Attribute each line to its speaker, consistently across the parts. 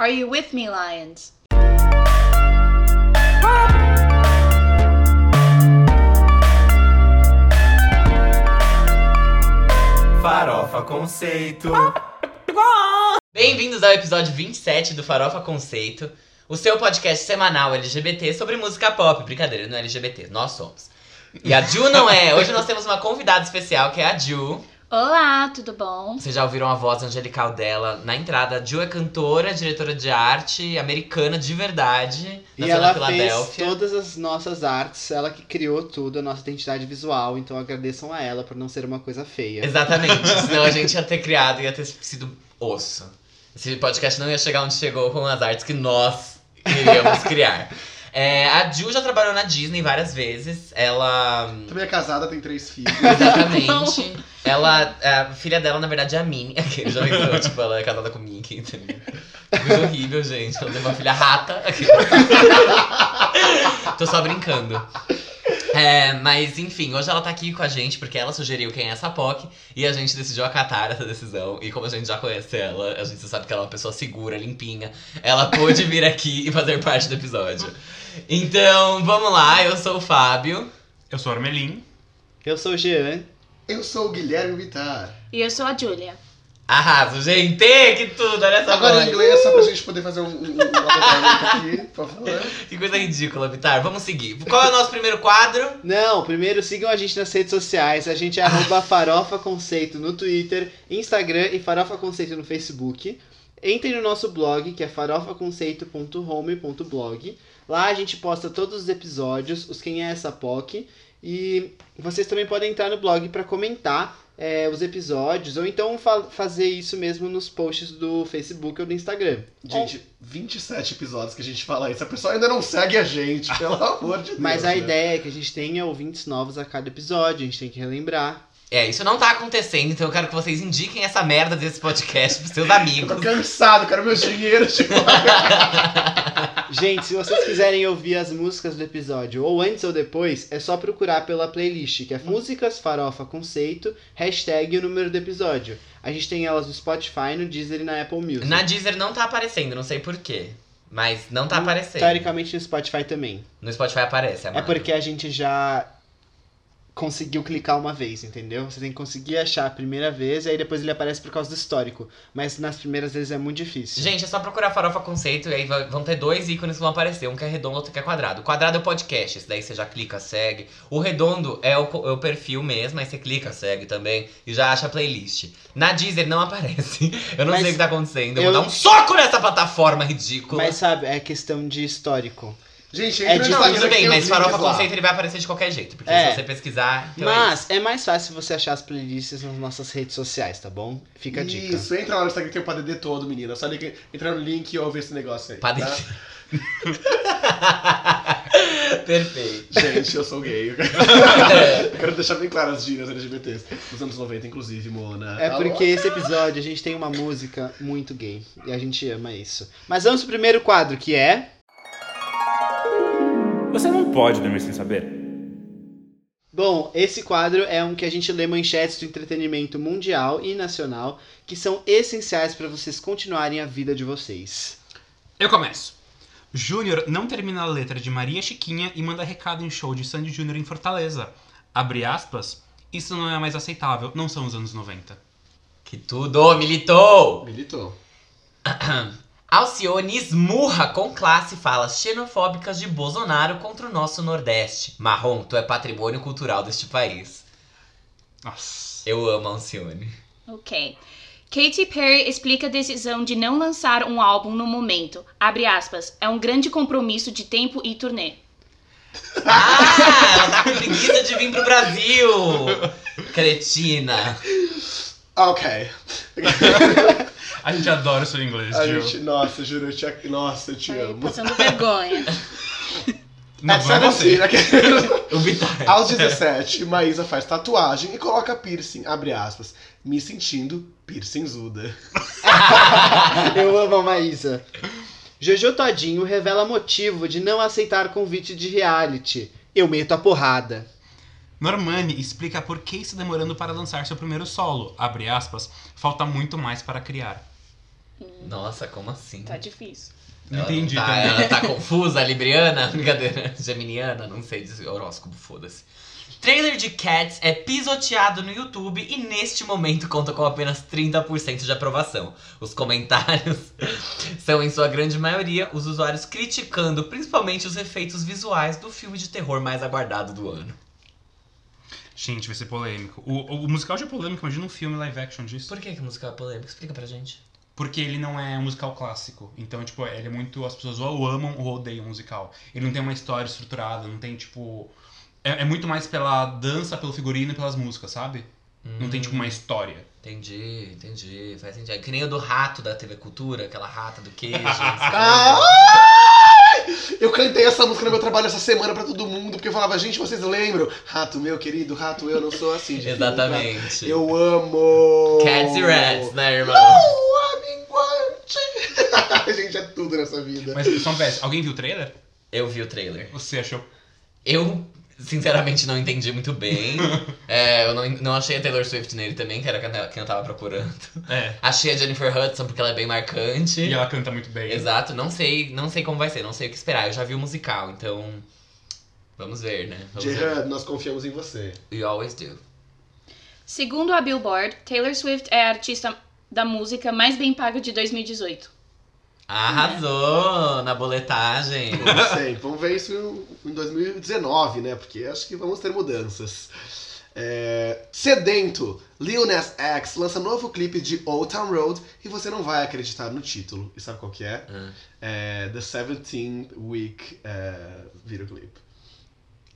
Speaker 1: Are you with me, Lions?
Speaker 2: Farofa Conceito.
Speaker 3: Bem-vindos ao episódio 27 do Farofa Conceito, o seu podcast semanal LGBT sobre música pop. Brincadeira, não é LGBT, nós somos. E a Ju não é. Hoje nós temos uma convidada especial que é a Ju.
Speaker 1: Olá, tudo bom?
Speaker 3: Vocês já ouviram a voz angelical dela na entrada. A Ju é cantora, diretora de arte, americana de verdade.
Speaker 4: E
Speaker 3: nasceu na
Speaker 4: ela fez
Speaker 3: Filadélfia.
Speaker 4: todas as nossas artes, ela que criou tudo, a nossa identidade visual, então agradeçam a ela por não ser uma coisa feia.
Speaker 3: Exatamente, senão a gente ia ter criado e ia ter sido osso. Esse podcast não ia chegar onde chegou com as artes que nós queríamos criar. É, a Ju já trabalhou na Disney várias vezes. Ela.
Speaker 5: Também é casada, tem três filhos.
Speaker 3: Exatamente. ela. A filha dela, na verdade, é a Minnie. Aquele já pensou, tipo, ela é casada com o Mickey. tá ligado? Coisa horrível, gente. Ela tem uma filha rata. Aquele- Tô só brincando. É, mas enfim, hoje ela tá aqui com a gente porque ela sugeriu quem é essa POC e a gente decidiu acatar essa decisão. E como a gente já conhece ela, a gente sabe que ela é uma pessoa segura, limpinha. Ela pôde vir aqui e fazer parte do episódio. Então, vamos lá, eu sou o Fábio.
Speaker 2: Eu sou Armelin.
Speaker 4: Eu sou o Jean.
Speaker 5: Eu sou o Guilherme Vittar.
Speaker 1: E eu sou a Julia.
Speaker 3: Arraso, gente! Que tudo! Olha essa é
Speaker 5: Agora
Speaker 3: voz.
Speaker 5: em inglês, só pra gente poder fazer um, um, um acompanhamento aqui, por favor.
Speaker 3: Que coisa ridícula, Vitar. Vamos seguir. Qual é o nosso primeiro quadro?
Speaker 4: Não, primeiro sigam a gente nas redes sociais, a gente é
Speaker 5: Ah.
Speaker 4: arroba farofa conceito no Twitter, Instagram e farofa conceito no Facebook. Entrem no nosso blog, que é farofaconceito.home.blog. Lá a gente posta todos os episódios, os quem é essa POC. E vocês também podem entrar no blog para comentar é, os episódios, ou então fa- fazer isso mesmo nos posts do Facebook ou do Instagram.
Speaker 5: Gente, 27 episódios que a gente fala isso. A pessoa ainda não segue a gente, pelo amor de Deus.
Speaker 4: Mas a
Speaker 5: né?
Speaker 4: ideia é que a gente tenha ouvintes novos a cada episódio, a gente tem que relembrar.
Speaker 3: É, isso não tá acontecendo, então eu quero que vocês indiquem essa merda desse podcast pros seus
Speaker 5: Eu
Speaker 3: amigos.
Speaker 5: tô cansado, quero meus dinheiros de volta.
Speaker 4: Gente, se vocês quiserem ouvir as músicas do episódio ou antes ou depois, é só procurar pela playlist, que é Músicas Farofa Conceito, hashtag e o número do episódio. A gente tem elas no Spotify, no Deezer e na Apple Music.
Speaker 3: Na Deezer não tá aparecendo, não sei porquê. Mas não tá
Speaker 4: Hum,
Speaker 3: aparecendo.
Speaker 4: Teoricamente no Spotify também.
Speaker 3: No Spotify aparece,
Speaker 4: É
Speaker 3: amado.
Speaker 4: porque a gente já conseguiu clicar uma vez, entendeu? Você tem que conseguir achar a primeira vez e aí depois ele aparece por causa do histórico. Mas nas primeiras vezes é muito difícil.
Speaker 3: Gente, é só procurar Farofa Conceito e aí vai- vão ter dois ícones que vão aparecer. Um que é redondo, outro que é quadrado. O quadrado é o podcast, esse daí você já clica, segue. O redondo é o, co- é o perfil mesmo, aí você clica, segue também e já acha a playlist. Na Deezer não aparece. Eu não
Speaker 4: Mas
Speaker 3: sei o que tá acontecendo. Eu,
Speaker 4: eu-
Speaker 3: vou dar um soco nessa plataforma ridícula.
Speaker 4: Mas sabe, é questão de histórico.
Speaker 5: Gente,
Speaker 4: É
Speaker 5: entra
Speaker 4: de-
Speaker 5: no
Speaker 3: Não,
Speaker 5: Instagram
Speaker 3: tudo
Speaker 5: que
Speaker 3: bem,
Speaker 5: tem
Speaker 3: mas
Speaker 5: os
Speaker 3: Farofa
Speaker 5: links lá.
Speaker 3: Conceito ele vai aparecer de qualquer jeito, porque
Speaker 4: É.
Speaker 3: se você pesquisar. então é isso.
Speaker 4: Mas é mais fácil você achar as playlists nas nossas redes sociais, tá bom? Fica a dica.
Speaker 5: Isso, entra lá no Instagram que tem o PDD todo, menina. Só liga- entra no link e ouve esse negócio aí.
Speaker 3: Padre-
Speaker 5: tá?
Speaker 3: Perfeito.
Speaker 5: Gente, eu sou gay. Eu
Speaker 3: É.
Speaker 5: quero deixar bem claras as gírias LGBTs. Dos anos 90, inclusive, Mona.
Speaker 4: É
Speaker 3: Tá
Speaker 5: Alô?
Speaker 4: porque esse episódio a gente tem uma música muito gay e a gente ama isso. Mas vamos pro primeiro quadro que é.
Speaker 6: Você não pode dormir sem saber.
Speaker 4: Bom, esse quadro é um que a gente lê manchetes do entretenimento mundial e nacional que são essenciais para vocês continuarem a vida de vocês.
Speaker 2: Eu começo. Júnior não termina a letra de Maria Chiquinha e manda recado em show de Sandy Júnior em Fortaleza. Abre aspas. Isso não é mais aceitável, não são os anos 90.
Speaker 3: Que tudo, militou!
Speaker 5: Militou.
Speaker 3: Alcione esmurra com classe falas xenofóbicas de Bolsonaro contra o nosso Nordeste. Marrom, tu é patrimônio cultural deste país.
Speaker 2: Nossa.
Speaker 3: Eu amo a Alcione.
Speaker 1: Ok. Katy Perry explica a decisão de não lançar um álbum no momento. Abre aspas. É um grande compromisso de tempo e turnê.
Speaker 3: Ah, ela tá com preguiça de vir pro Brasil! Cretina.
Speaker 5: Ok.
Speaker 2: A gente adora o seu inglês,
Speaker 5: A
Speaker 2: Gil.
Speaker 5: gente, nossa, juro, eu te, nossa, eu te amo.
Speaker 1: Passando vergonha.
Speaker 2: Não
Speaker 5: é
Speaker 2: vai
Speaker 5: só você,
Speaker 2: descer.
Speaker 5: né?
Speaker 3: O Bitar.
Speaker 5: Aos 17, Maísa faz tatuagem e coloca piercing, abre aspas, me sentindo piercingzuda.
Speaker 4: Eu amo a Maísa. Jojo Todinho revela motivo de não aceitar convite de reality. Eu meto a porrada.
Speaker 2: Normani explica por que está demorando para lançar seu primeiro solo. Abre aspas. Falta muito mais para criar.
Speaker 3: Nossa, como assim?
Speaker 1: Tá difícil.
Speaker 3: Ela não
Speaker 2: Entendi
Speaker 3: tá,
Speaker 2: também.
Speaker 3: Ela tá confusa, libriana, brincadeira, geminiana, não sei, diz- horóscopo, foda-se. Trailer de Cats é pisoteado no YouTube e neste momento conta com apenas 30% de aprovação. Os comentários são, em sua grande maioria, os usuários criticando principalmente os efeitos visuais do filme de terror mais aguardado do ano.
Speaker 2: Gente, vai ser polêmico. O, o- o musical já é polêmico, imagina um filme live action disso.
Speaker 3: Por que, que o musical é polêmico? Explica pra gente.
Speaker 2: Porque ele não é um musical clássico. Então, tipo, ele é muito. As pessoas ou amam ou odeiam o musical. Ele não tem uma história estruturada, não tem, tipo. É, é muito mais pela dança, pelo figurino e pelas músicas, sabe? Não tem, tipo, uma história.
Speaker 3: Hum, Entendi, entendi. Faz sentido. É que nem o do rato da TV Cultura, aquela rata do queijo. não sei
Speaker 5: Ah,
Speaker 3: o quê.
Speaker 5: Eu cantei essa música no meu trabalho essa semana pra todo mundo, porque eu falava, gente, vocês lembram? Rato, meu querido, rato, eu não sou assim. de
Speaker 3: Exatamente.
Speaker 5: filme, tá? Eu amo.
Speaker 3: Cats e rats, né, irmão?
Speaker 5: Não, amigoante. gente, é tudo nessa vida.
Speaker 2: Mas, só um PS, alguém viu o trailer?
Speaker 3: Eu vi o trailer.
Speaker 2: Você achou.
Speaker 3: Eu, sinceramente, não entendi muito bem. É, eu não, não achei a Taylor Swift nele também, que era quem eu- quem eu tava procurando.
Speaker 2: É.
Speaker 3: Achei a Jennifer Hudson, porque ela é bem marcante.
Speaker 2: E ela canta muito bem.
Speaker 3: Exato, não sei, não sei como vai ser, não sei o que esperar. Eu já vi o musical, então. Vamos ver, né? Vamos ver.
Speaker 5: Gerard, nós confiamos em você.
Speaker 3: You always do.
Speaker 1: Segundo a Billboard, Taylor Swift é a artista da música mais bem paga de 2018.
Speaker 3: Arrasou na boletagem.
Speaker 5: Não sei, vamos ver isso em- em 2019, né? Porque acho que vamos ter mudanças. É, Sedento, Lil Nas X lança novo clipe de Old Town Road e você não vai acreditar no título. E sabe qual que é?
Speaker 3: Ah.
Speaker 5: É, The 17th Week é, videoclip.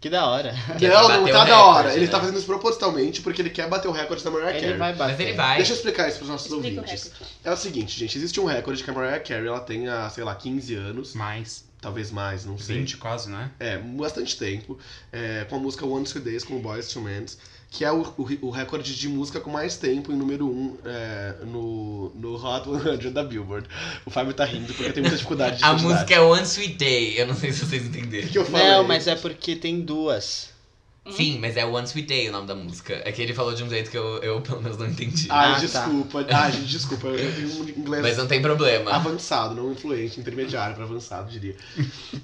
Speaker 4: Que da hora.
Speaker 3: Quer
Speaker 5: não,
Speaker 3: bater
Speaker 5: não
Speaker 3: o
Speaker 5: tá da
Speaker 3: recorde,
Speaker 5: hora. Ele
Speaker 3: né?
Speaker 5: tá fazendo isso propositalmente porque ele quer bater o recorde da Mariah
Speaker 4: Ele
Speaker 5: Carey.
Speaker 4: vai bater.
Speaker 3: Mas ele vai.
Speaker 5: Deixa eu explicar isso pros nossos
Speaker 1: Explica o
Speaker 5: ouvintes.
Speaker 1: recorde.
Speaker 5: É o seguinte, gente, existe um recorde que a Mariah Carey ela tem há, sei lá, 15 anos,
Speaker 2: Mais.
Speaker 5: talvez mais, não sei.
Speaker 2: 20 quase, né?
Speaker 5: É, bastante tempo, é, com a música One Two Days com o Boyz II Men, que é o, o- o recorde de música com mais tempo em número 1 um, é, no, no Hot 100 da Billboard. O Fábio tá rindo porque tem muita dificuldade de
Speaker 3: A
Speaker 5: continuar.
Speaker 3: música é One Sweet Day. Eu não sei se vocês
Speaker 5: O
Speaker 3: entenderam.
Speaker 5: que eu falei?
Speaker 4: Não, mas é porque tem duas.
Speaker 1: Hum?
Speaker 3: Sim, mas é One Sweet Day o nome da música. É que ele falou de um jeito que eu, eu pelo menos, não entendi.
Speaker 5: Ai,
Speaker 4: Ah, tá.
Speaker 5: desculpa. Ai, gente, desculpa. Eu tenho um inglês
Speaker 3: Mas não tem problema.
Speaker 5: avançado, não influente, intermediário pra avançado, diria.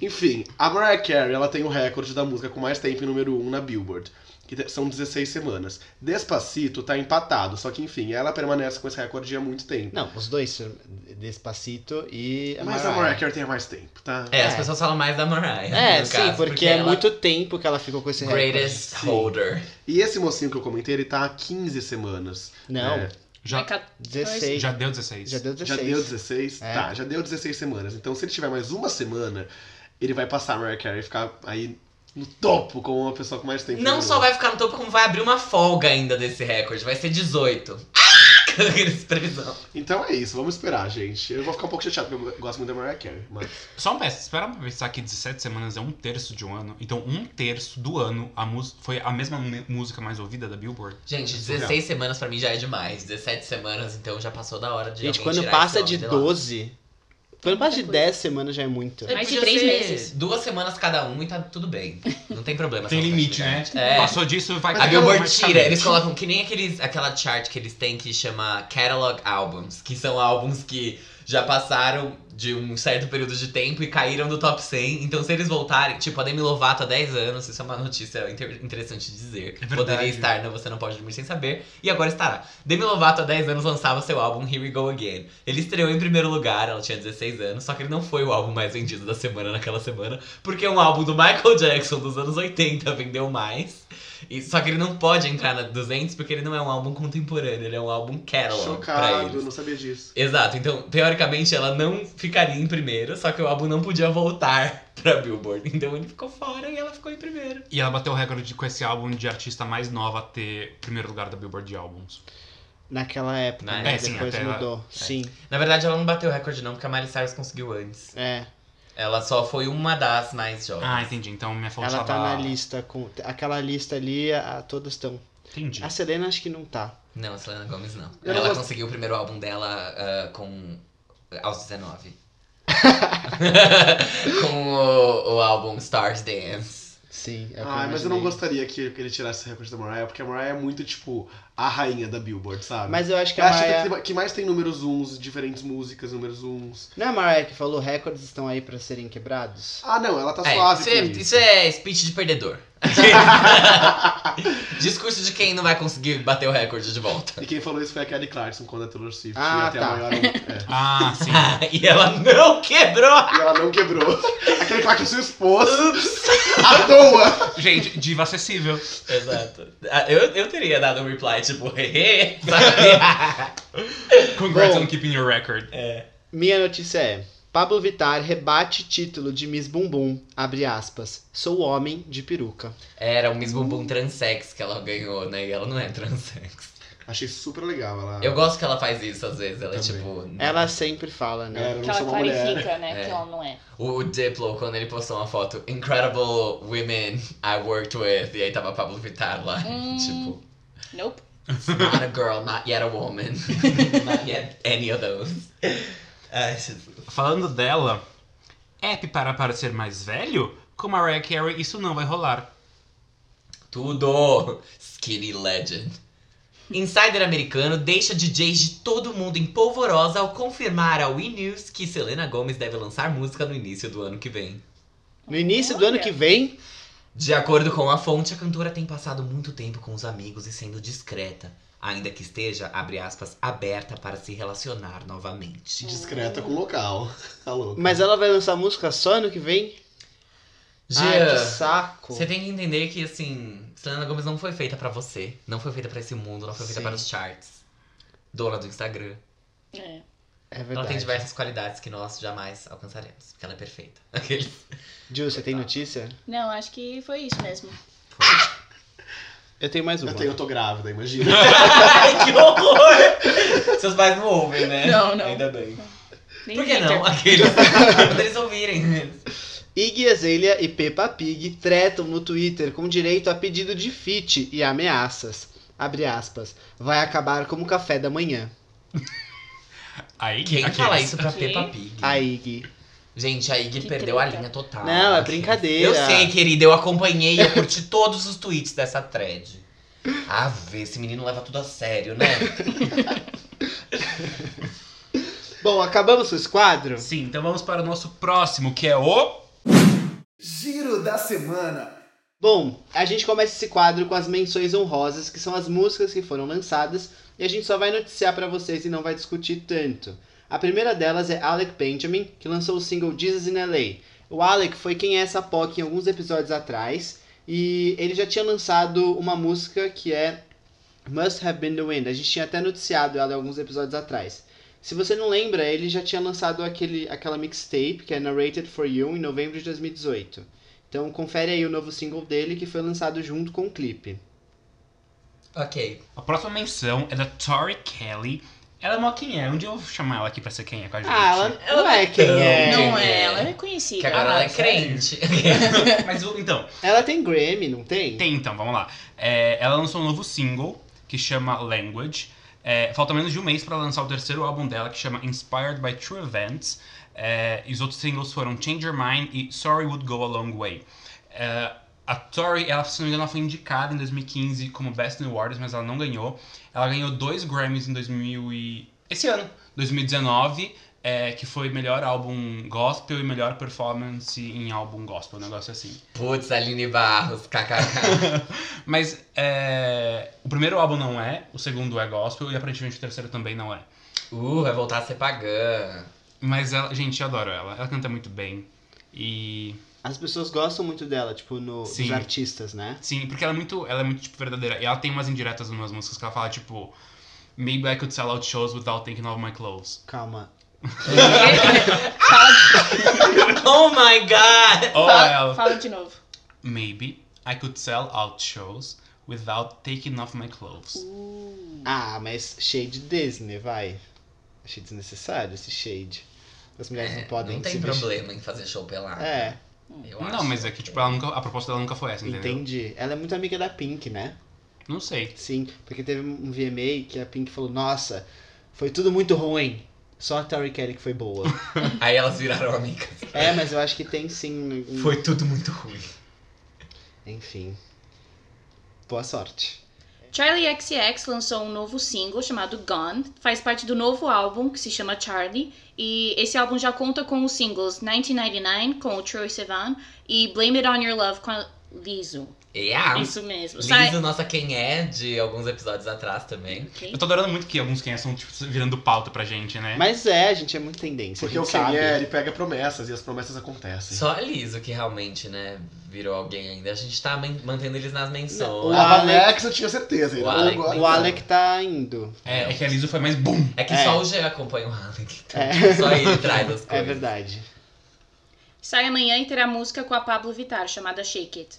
Speaker 5: Enfim, a Mariah Carey, ela tem o recorde da música com mais tempo em número 1 na Billboard, que te- são 16 semanas. Despacito tá empatado, só que enfim, ela permanece com esse recorde há muito tempo.
Speaker 4: Não, os dois. Despacito e.
Speaker 5: Mas é a Mariah Carey tem há mais tempo, tá?
Speaker 3: É, as
Speaker 4: É.
Speaker 3: pessoas falam mais da Mariah.
Speaker 4: É,
Speaker 3: no
Speaker 4: sim,
Speaker 3: caso,
Speaker 4: porque, é
Speaker 3: ela
Speaker 4: muito tempo que ela ficou com esse recorde.
Speaker 3: Greatest
Speaker 5: Sim.
Speaker 3: holder.
Speaker 5: E esse mocinho que eu comentei, ele tá há 15 semanas.
Speaker 4: Não,
Speaker 5: É.
Speaker 2: Já,
Speaker 1: Vai ca-
Speaker 4: 16.
Speaker 2: já deu 16.
Speaker 4: Já deu 16.
Speaker 5: Já deu 16?
Speaker 4: É.
Speaker 5: Tá, já deu 16 semanas. Então, se ele tiver mais uma semana, ele vai passar a Mariah Carey e ficar aí no topo como uma pessoa com mais tempo. um.
Speaker 3: Não
Speaker 5: no
Speaker 3: só
Speaker 5: mundo.
Speaker 3: vai ficar no topo, como vai abrir uma folga ainda desse recorde. Vai ser 18. Aqueles previsão.
Speaker 5: Então é isso, vamos esperar, gente. Eu vou ficar um pouco chateado porque eu gosto muito da Mariah Carey. Mas...
Speaker 2: Só um PS, espera pra pensar que 17 semanas é um terço de um ano. Então, um terço do ano a mus- foi a mesma mu- música mais ouvida da Billboard.
Speaker 3: Gente,
Speaker 5: É surreal.
Speaker 3: 16 semanas pra mim já é demais. 17 semanas, então já passou da hora de.
Speaker 4: Gente,
Speaker 3: alguém
Speaker 4: quando
Speaker 3: tirar
Speaker 4: passa
Speaker 3: esse
Speaker 4: de
Speaker 3: homem de lá.
Speaker 4: 12. Quando passa de
Speaker 1: Muita coisa.
Speaker 4: 10 semanas já é muito.
Speaker 1: Mais de
Speaker 3: Podia
Speaker 1: três
Speaker 3: ser
Speaker 1: meses.
Speaker 3: Duas semanas cada um e tá tudo bem. Não tem problema.
Speaker 2: Tem
Speaker 3: essa
Speaker 2: limite, né?
Speaker 3: quantidade. É.
Speaker 2: Passou disso, vai
Speaker 3: A
Speaker 2: ter um
Speaker 3: Billboard tira,
Speaker 2: automaticamente.
Speaker 3: é, eles colocam que nem aqueles, aquela chart que eles têm que chama Catalog Albums, que são álbuns que já passaram de um certo período de tempo e caíram do top 100. Então, se eles voltarem, tipo, a Demi Lovato há 10 anos, isso é uma notícia inter- interessante de dizer.
Speaker 2: É verdade.
Speaker 3: Poderia estar, não, você não pode dormir sem saber, e agora estará. Demi Lovato há 10 anos lançava seu álbum Here We Go Again. Ele estreou em primeiro lugar, ela tinha 16 anos, só que ele não foi o álbum mais vendido da semana naquela semana, porque um álbum do Michael Jackson dos anos 80 vendeu mais. E- só que ele não pode entrar na 200 porque ele não é um álbum contemporâneo, ele é um álbum catalog pra
Speaker 5: Chocado, eu
Speaker 3: eles.
Speaker 5: não sabia disso.
Speaker 3: Exato, então teoricamente ela não ficaria em primeiro, só que o álbum não podia voltar pra Billboard. Então ele ficou fora e ela ficou em primeiro.
Speaker 2: E ela bateu o recorde de- com esse álbum de artista mais nova a ter primeiro lugar da Billboard de álbuns.
Speaker 4: Naquela época,
Speaker 3: Na-
Speaker 4: né?
Speaker 2: é, sim,
Speaker 4: Depois
Speaker 2: até lá-
Speaker 4: mudou. Sim,
Speaker 3: Na verdade ela não bateu o recorde não, porque a Miley Cyrus conseguiu antes.
Speaker 4: é.
Speaker 3: Ela só foi uma das mais jovens.
Speaker 2: Ah, entendi. Então minha fonte
Speaker 4: Ela tá
Speaker 2: tava-
Speaker 4: na lista com. Aquela lista ali, a, a- todas estão.
Speaker 2: Entendi.
Speaker 4: A Selena acho que não tá.
Speaker 3: Não, a Selena Gomez não.
Speaker 5: Eu não
Speaker 3: ela
Speaker 5: gosto-
Speaker 3: conseguiu o primeiro álbum dela ah, com. aos 19. com o, o álbum Stars Dance.
Speaker 4: Sim, é o que
Speaker 5: Ai, Ah, mas eu não
Speaker 4: imaginei.
Speaker 5: gostaria que ele tirasse esse recorde da Mariah, porque a Mariah é muito, tipo, a rainha da Billboard, sabe?
Speaker 4: Mas eu acho que
Speaker 5: eu
Speaker 4: a
Speaker 5: acho que
Speaker 4: Mariah...
Speaker 5: tem que- que mais tem números uns, diferentes músicas, números uns.
Speaker 4: Não é a Mariah que falou recordes estão aí pra serem quebrados?
Speaker 5: Ah, não, ela tá
Speaker 3: É,
Speaker 5: suave.
Speaker 3: isso,
Speaker 5: com
Speaker 3: é,
Speaker 5: isso.
Speaker 3: isso é speech de perdedor. Discurso de quem não vai conseguir bater o recorde de volta.
Speaker 5: E quem falou isso foi a Kelly Clarkson quando a Taylor Swift
Speaker 4: Ah,
Speaker 5: ia até
Speaker 4: tá.
Speaker 5: a maior. é.
Speaker 2: Ah, sim.
Speaker 3: e ela não quebrou!
Speaker 5: E ela não quebrou. A Kelly Clarkson se expôs à toa.
Speaker 2: Gente, diva acessível.
Speaker 3: Exato. Ah, Eu, eu teria dado um reply tipo, hehe, sabe?
Speaker 2: Congrats
Speaker 4: Bom.
Speaker 2: on keeping your record.
Speaker 3: É.
Speaker 4: Minha notícia é: Pablo Vittar rebate título de Miss Bumbum, abre aspas, sou homem de peruca.
Speaker 3: Era um Miss Bumbum transex que ela ganhou, né? E ela não é transex.
Speaker 5: Tá. Achei super legal ela.
Speaker 3: Eu gosto que ela faz isso às vezes. Ela é
Speaker 5: Também.
Speaker 3: tipo.
Speaker 4: Ela sempre fala, né?
Speaker 5: Galera, eu
Speaker 1: Que
Speaker 5: não
Speaker 1: ela
Speaker 5: sou uma mulher.
Speaker 1: clarifica, né?
Speaker 3: É.
Speaker 1: Que ela não é.
Speaker 3: O Diplo, quando ele postou uma foto, Incredible Women I Worked With, e aí tava Pablo Vittar lá.
Speaker 1: Hum.
Speaker 3: Tipo,
Speaker 1: Nope.
Speaker 3: not a girl, not yet a woman. not yet any of those. Ai, Jesus.
Speaker 2: Falando dela, app para parecer mais velho? Com Mariah Carey, isso não vai rolar.
Speaker 3: Tudo! Skinny Legend. Insider americano deixa DJs de todo mundo em polvorosa ao confirmar ao E! News que Selena Gomez deve lançar música no início do ano que vem.
Speaker 4: No início do ano
Speaker 1: Olha.
Speaker 4: que vem,
Speaker 3: De acordo com a fonte, a cantora tem passado muito tempo com os amigos e sendo discreta, ainda que esteja, abre aspas, aberta para se relacionar novamente.
Speaker 5: Discreta com local. Tá louco.
Speaker 4: mas ela vai lançar música só ano que vem? Ai, que
Speaker 3: Gia,
Speaker 4: saco.
Speaker 3: você tem que entender que, assim, Selena Gomez não foi feita pra você, não foi feita pra esse mundo, não foi feita
Speaker 4: Sim.
Speaker 3: para os charts. Dona do Instagram.
Speaker 1: É.
Speaker 4: É
Speaker 3: Ela tem
Speaker 4: verdade.
Speaker 3: diversas qualidades que nós jamais alcançaremos, porque ela é perfeita. Aquele...
Speaker 4: Ju, você tem notícia?
Speaker 1: Não, acho que foi isso mesmo.
Speaker 4: Eu tenho mais uma.
Speaker 5: Eu tenho, eu tô grávida, imagina.
Speaker 3: Ai, que horror! Seus pais não ouvem,
Speaker 5: É.
Speaker 3: né?
Speaker 1: Não, não.
Speaker 3: Ainda bem.
Speaker 1: Nem
Speaker 3: Por que
Speaker 1: hater.
Speaker 3: não? Aqueles. Quando eles ouvirem.
Speaker 4: Iggy Azalea e Peppa Pig tretam no Twitter com direito a pedido de feat e ameaças. Abre aspas. Vai acabar como café da manhã.
Speaker 2: Aí,
Speaker 3: Quem
Speaker 2: aqueles.
Speaker 3: fala isso pra
Speaker 1: Que?
Speaker 3: Peppa Pig?
Speaker 4: A Iggy.
Speaker 3: Gente, a Iggy
Speaker 1: Que
Speaker 3: perdeu a
Speaker 1: treta.
Speaker 3: linha total.
Speaker 4: Não, é
Speaker 3: Aqui.
Speaker 4: brincadeira.
Speaker 3: Eu sei, querida, eu acompanhei, eu curti todos os tweets dessa thread. Ah, vê, esse menino leva tudo a sério, né?
Speaker 4: Bom, acabamos com esse quadro?
Speaker 2: Sim, então vamos para o nosso próximo, que é o.
Speaker 5: Giro da semana.
Speaker 4: Bom, a gente começa esse quadro com as menções honrosas, que são as músicas que foram lançadas, e a gente só vai noticiar pra vocês e não vai discutir tanto. A primeira delas é Alec Benjamin, que lançou o single Jesus in LA. O Alec foi quem é essa POC em alguns episódios atrás, e ele já tinha lançado uma música que é Must Have Been the Wind. A gente tinha até noticiado ela alguns episódios atrás. Se você não lembra, ele já tinha lançado aquele, aquela mixtape que é Narrated for You em novembro de 2018. Então confere aí o novo single dele que foi lançado junto com o clipe.
Speaker 3: ok.
Speaker 2: A próxima menção é da Tori Kelly. Ela é mó quem é. Um dia eu vou chamar ela aqui pra ser quem é com a gente.
Speaker 4: Ah, ela não é quem é.
Speaker 1: Não
Speaker 3: Quem é?
Speaker 1: é, ela é
Speaker 3: Que
Speaker 1: conhecida.
Speaker 3: agora ela é
Speaker 2: sério?
Speaker 3: crente.
Speaker 2: Mas o- então,
Speaker 4: Ela tem Grammy, não tem?
Speaker 2: tem então, vamos lá. É, ela lançou um novo single que chama Language. É, falta menos de um mês pra lançar o terceiro álbum dela que chama Inspired by True Events. É, e os outros singles foram Change Your Mind e Sorry Would Go a Long Way. É, a Tori, ela, se não me engano, ela foi indicada em 2015 como Best New Artist, mas ela não ganhou. Ela ganhou dois Grammys em 2000 e... Esse ano, 2019, é, que foi melhor álbum gospel e melhor performance em álbum gospel, um negócio assim.
Speaker 3: Putz, Aline Barros, kkk.
Speaker 2: Mas é, o primeiro álbum não é, o segundo é gospel e aparentemente o terceiro também não é.
Speaker 3: Uh, vai voltar a ser pagã.
Speaker 2: Mas ela, gente, eu adoro ela. Ela canta muito bem. E
Speaker 4: As pessoas gostam muito dela, tipo, no,
Speaker 2: Sim.
Speaker 4: dos artistas, né?
Speaker 2: sim, porque ela é muito, ela é muito tipo verdadeira. E ela tem umas indiretas nas músicas que ela fala tipo Maybe I could sell out shows without thinking of my clothes.
Speaker 4: Calma.
Speaker 3: Oh my god!
Speaker 2: Ou ela
Speaker 1: Fala de novo.
Speaker 2: Maybe I could sell out shows without taking off my clothes.
Speaker 4: Ah, mas shade Disney, vai. Achei desnecessário esse shade. As mulheres não podem
Speaker 3: não
Speaker 4: se
Speaker 3: tem
Speaker 4: vestir.
Speaker 3: problema em fazer show pelado.
Speaker 4: É,
Speaker 3: Eu acho.
Speaker 2: Não, mas é que tipo ela nunca, a proposta dela nunca foi essa, entendeu?
Speaker 4: entendi. Ela é muito amiga da Pink, né?
Speaker 2: Não sei.
Speaker 4: Sim, porque teve um VMA que a Pink falou, nossa, foi tudo muito ruim. Só a Tori Kelly que foi boa.
Speaker 3: Aí elas viraram amigas.
Speaker 4: é, mas eu acho que tem sim. um-
Speaker 3: Foi tudo muito ruim.
Speaker 4: Enfim. Boa sorte.
Speaker 1: Charlie XCX lançou um novo single chamado Gone, faz parte do novo álbum que se chama Charlie, e esse álbum já conta com os singles 1999 com o Troy Sivan e Blame It On Your Love com a Lizzo.
Speaker 3: Yeah.
Speaker 1: Isso mesmo. Sai-
Speaker 3: Liso, nossa, quem é de alguns episódios atrás também.
Speaker 1: Ok.
Speaker 2: Eu tô adorando muito que alguns quem é são tipo, virando pauta pra gente, né?
Speaker 4: Mas é, a gente é muito tendência.
Speaker 5: Porque
Speaker 4: a
Speaker 5: o
Speaker 4: gente
Speaker 5: Ken
Speaker 4: sabe.
Speaker 5: é, ele pega promessas e as promessas acontecem.
Speaker 3: Só a Liso que realmente, né, virou alguém ainda. A gente tá man- mantendo eles nas
Speaker 5: O
Speaker 3: menções.
Speaker 4: Não,
Speaker 5: Alex,
Speaker 4: Alex-
Speaker 5: eu tinha certeza. Ele então.
Speaker 3: O
Speaker 5: não
Speaker 3: Alex,
Speaker 5: gosta.
Speaker 4: O Alec tá indo.
Speaker 2: É, é que a Liso foi mais BUM!
Speaker 3: É que
Speaker 4: É.
Speaker 3: só o G acompanha o Alec. Então,
Speaker 4: É.
Speaker 3: Só ele traz as coisas.
Speaker 4: É verdade.
Speaker 1: Sai amanhã e terá música com a Pablo Vittar chamada Shake It.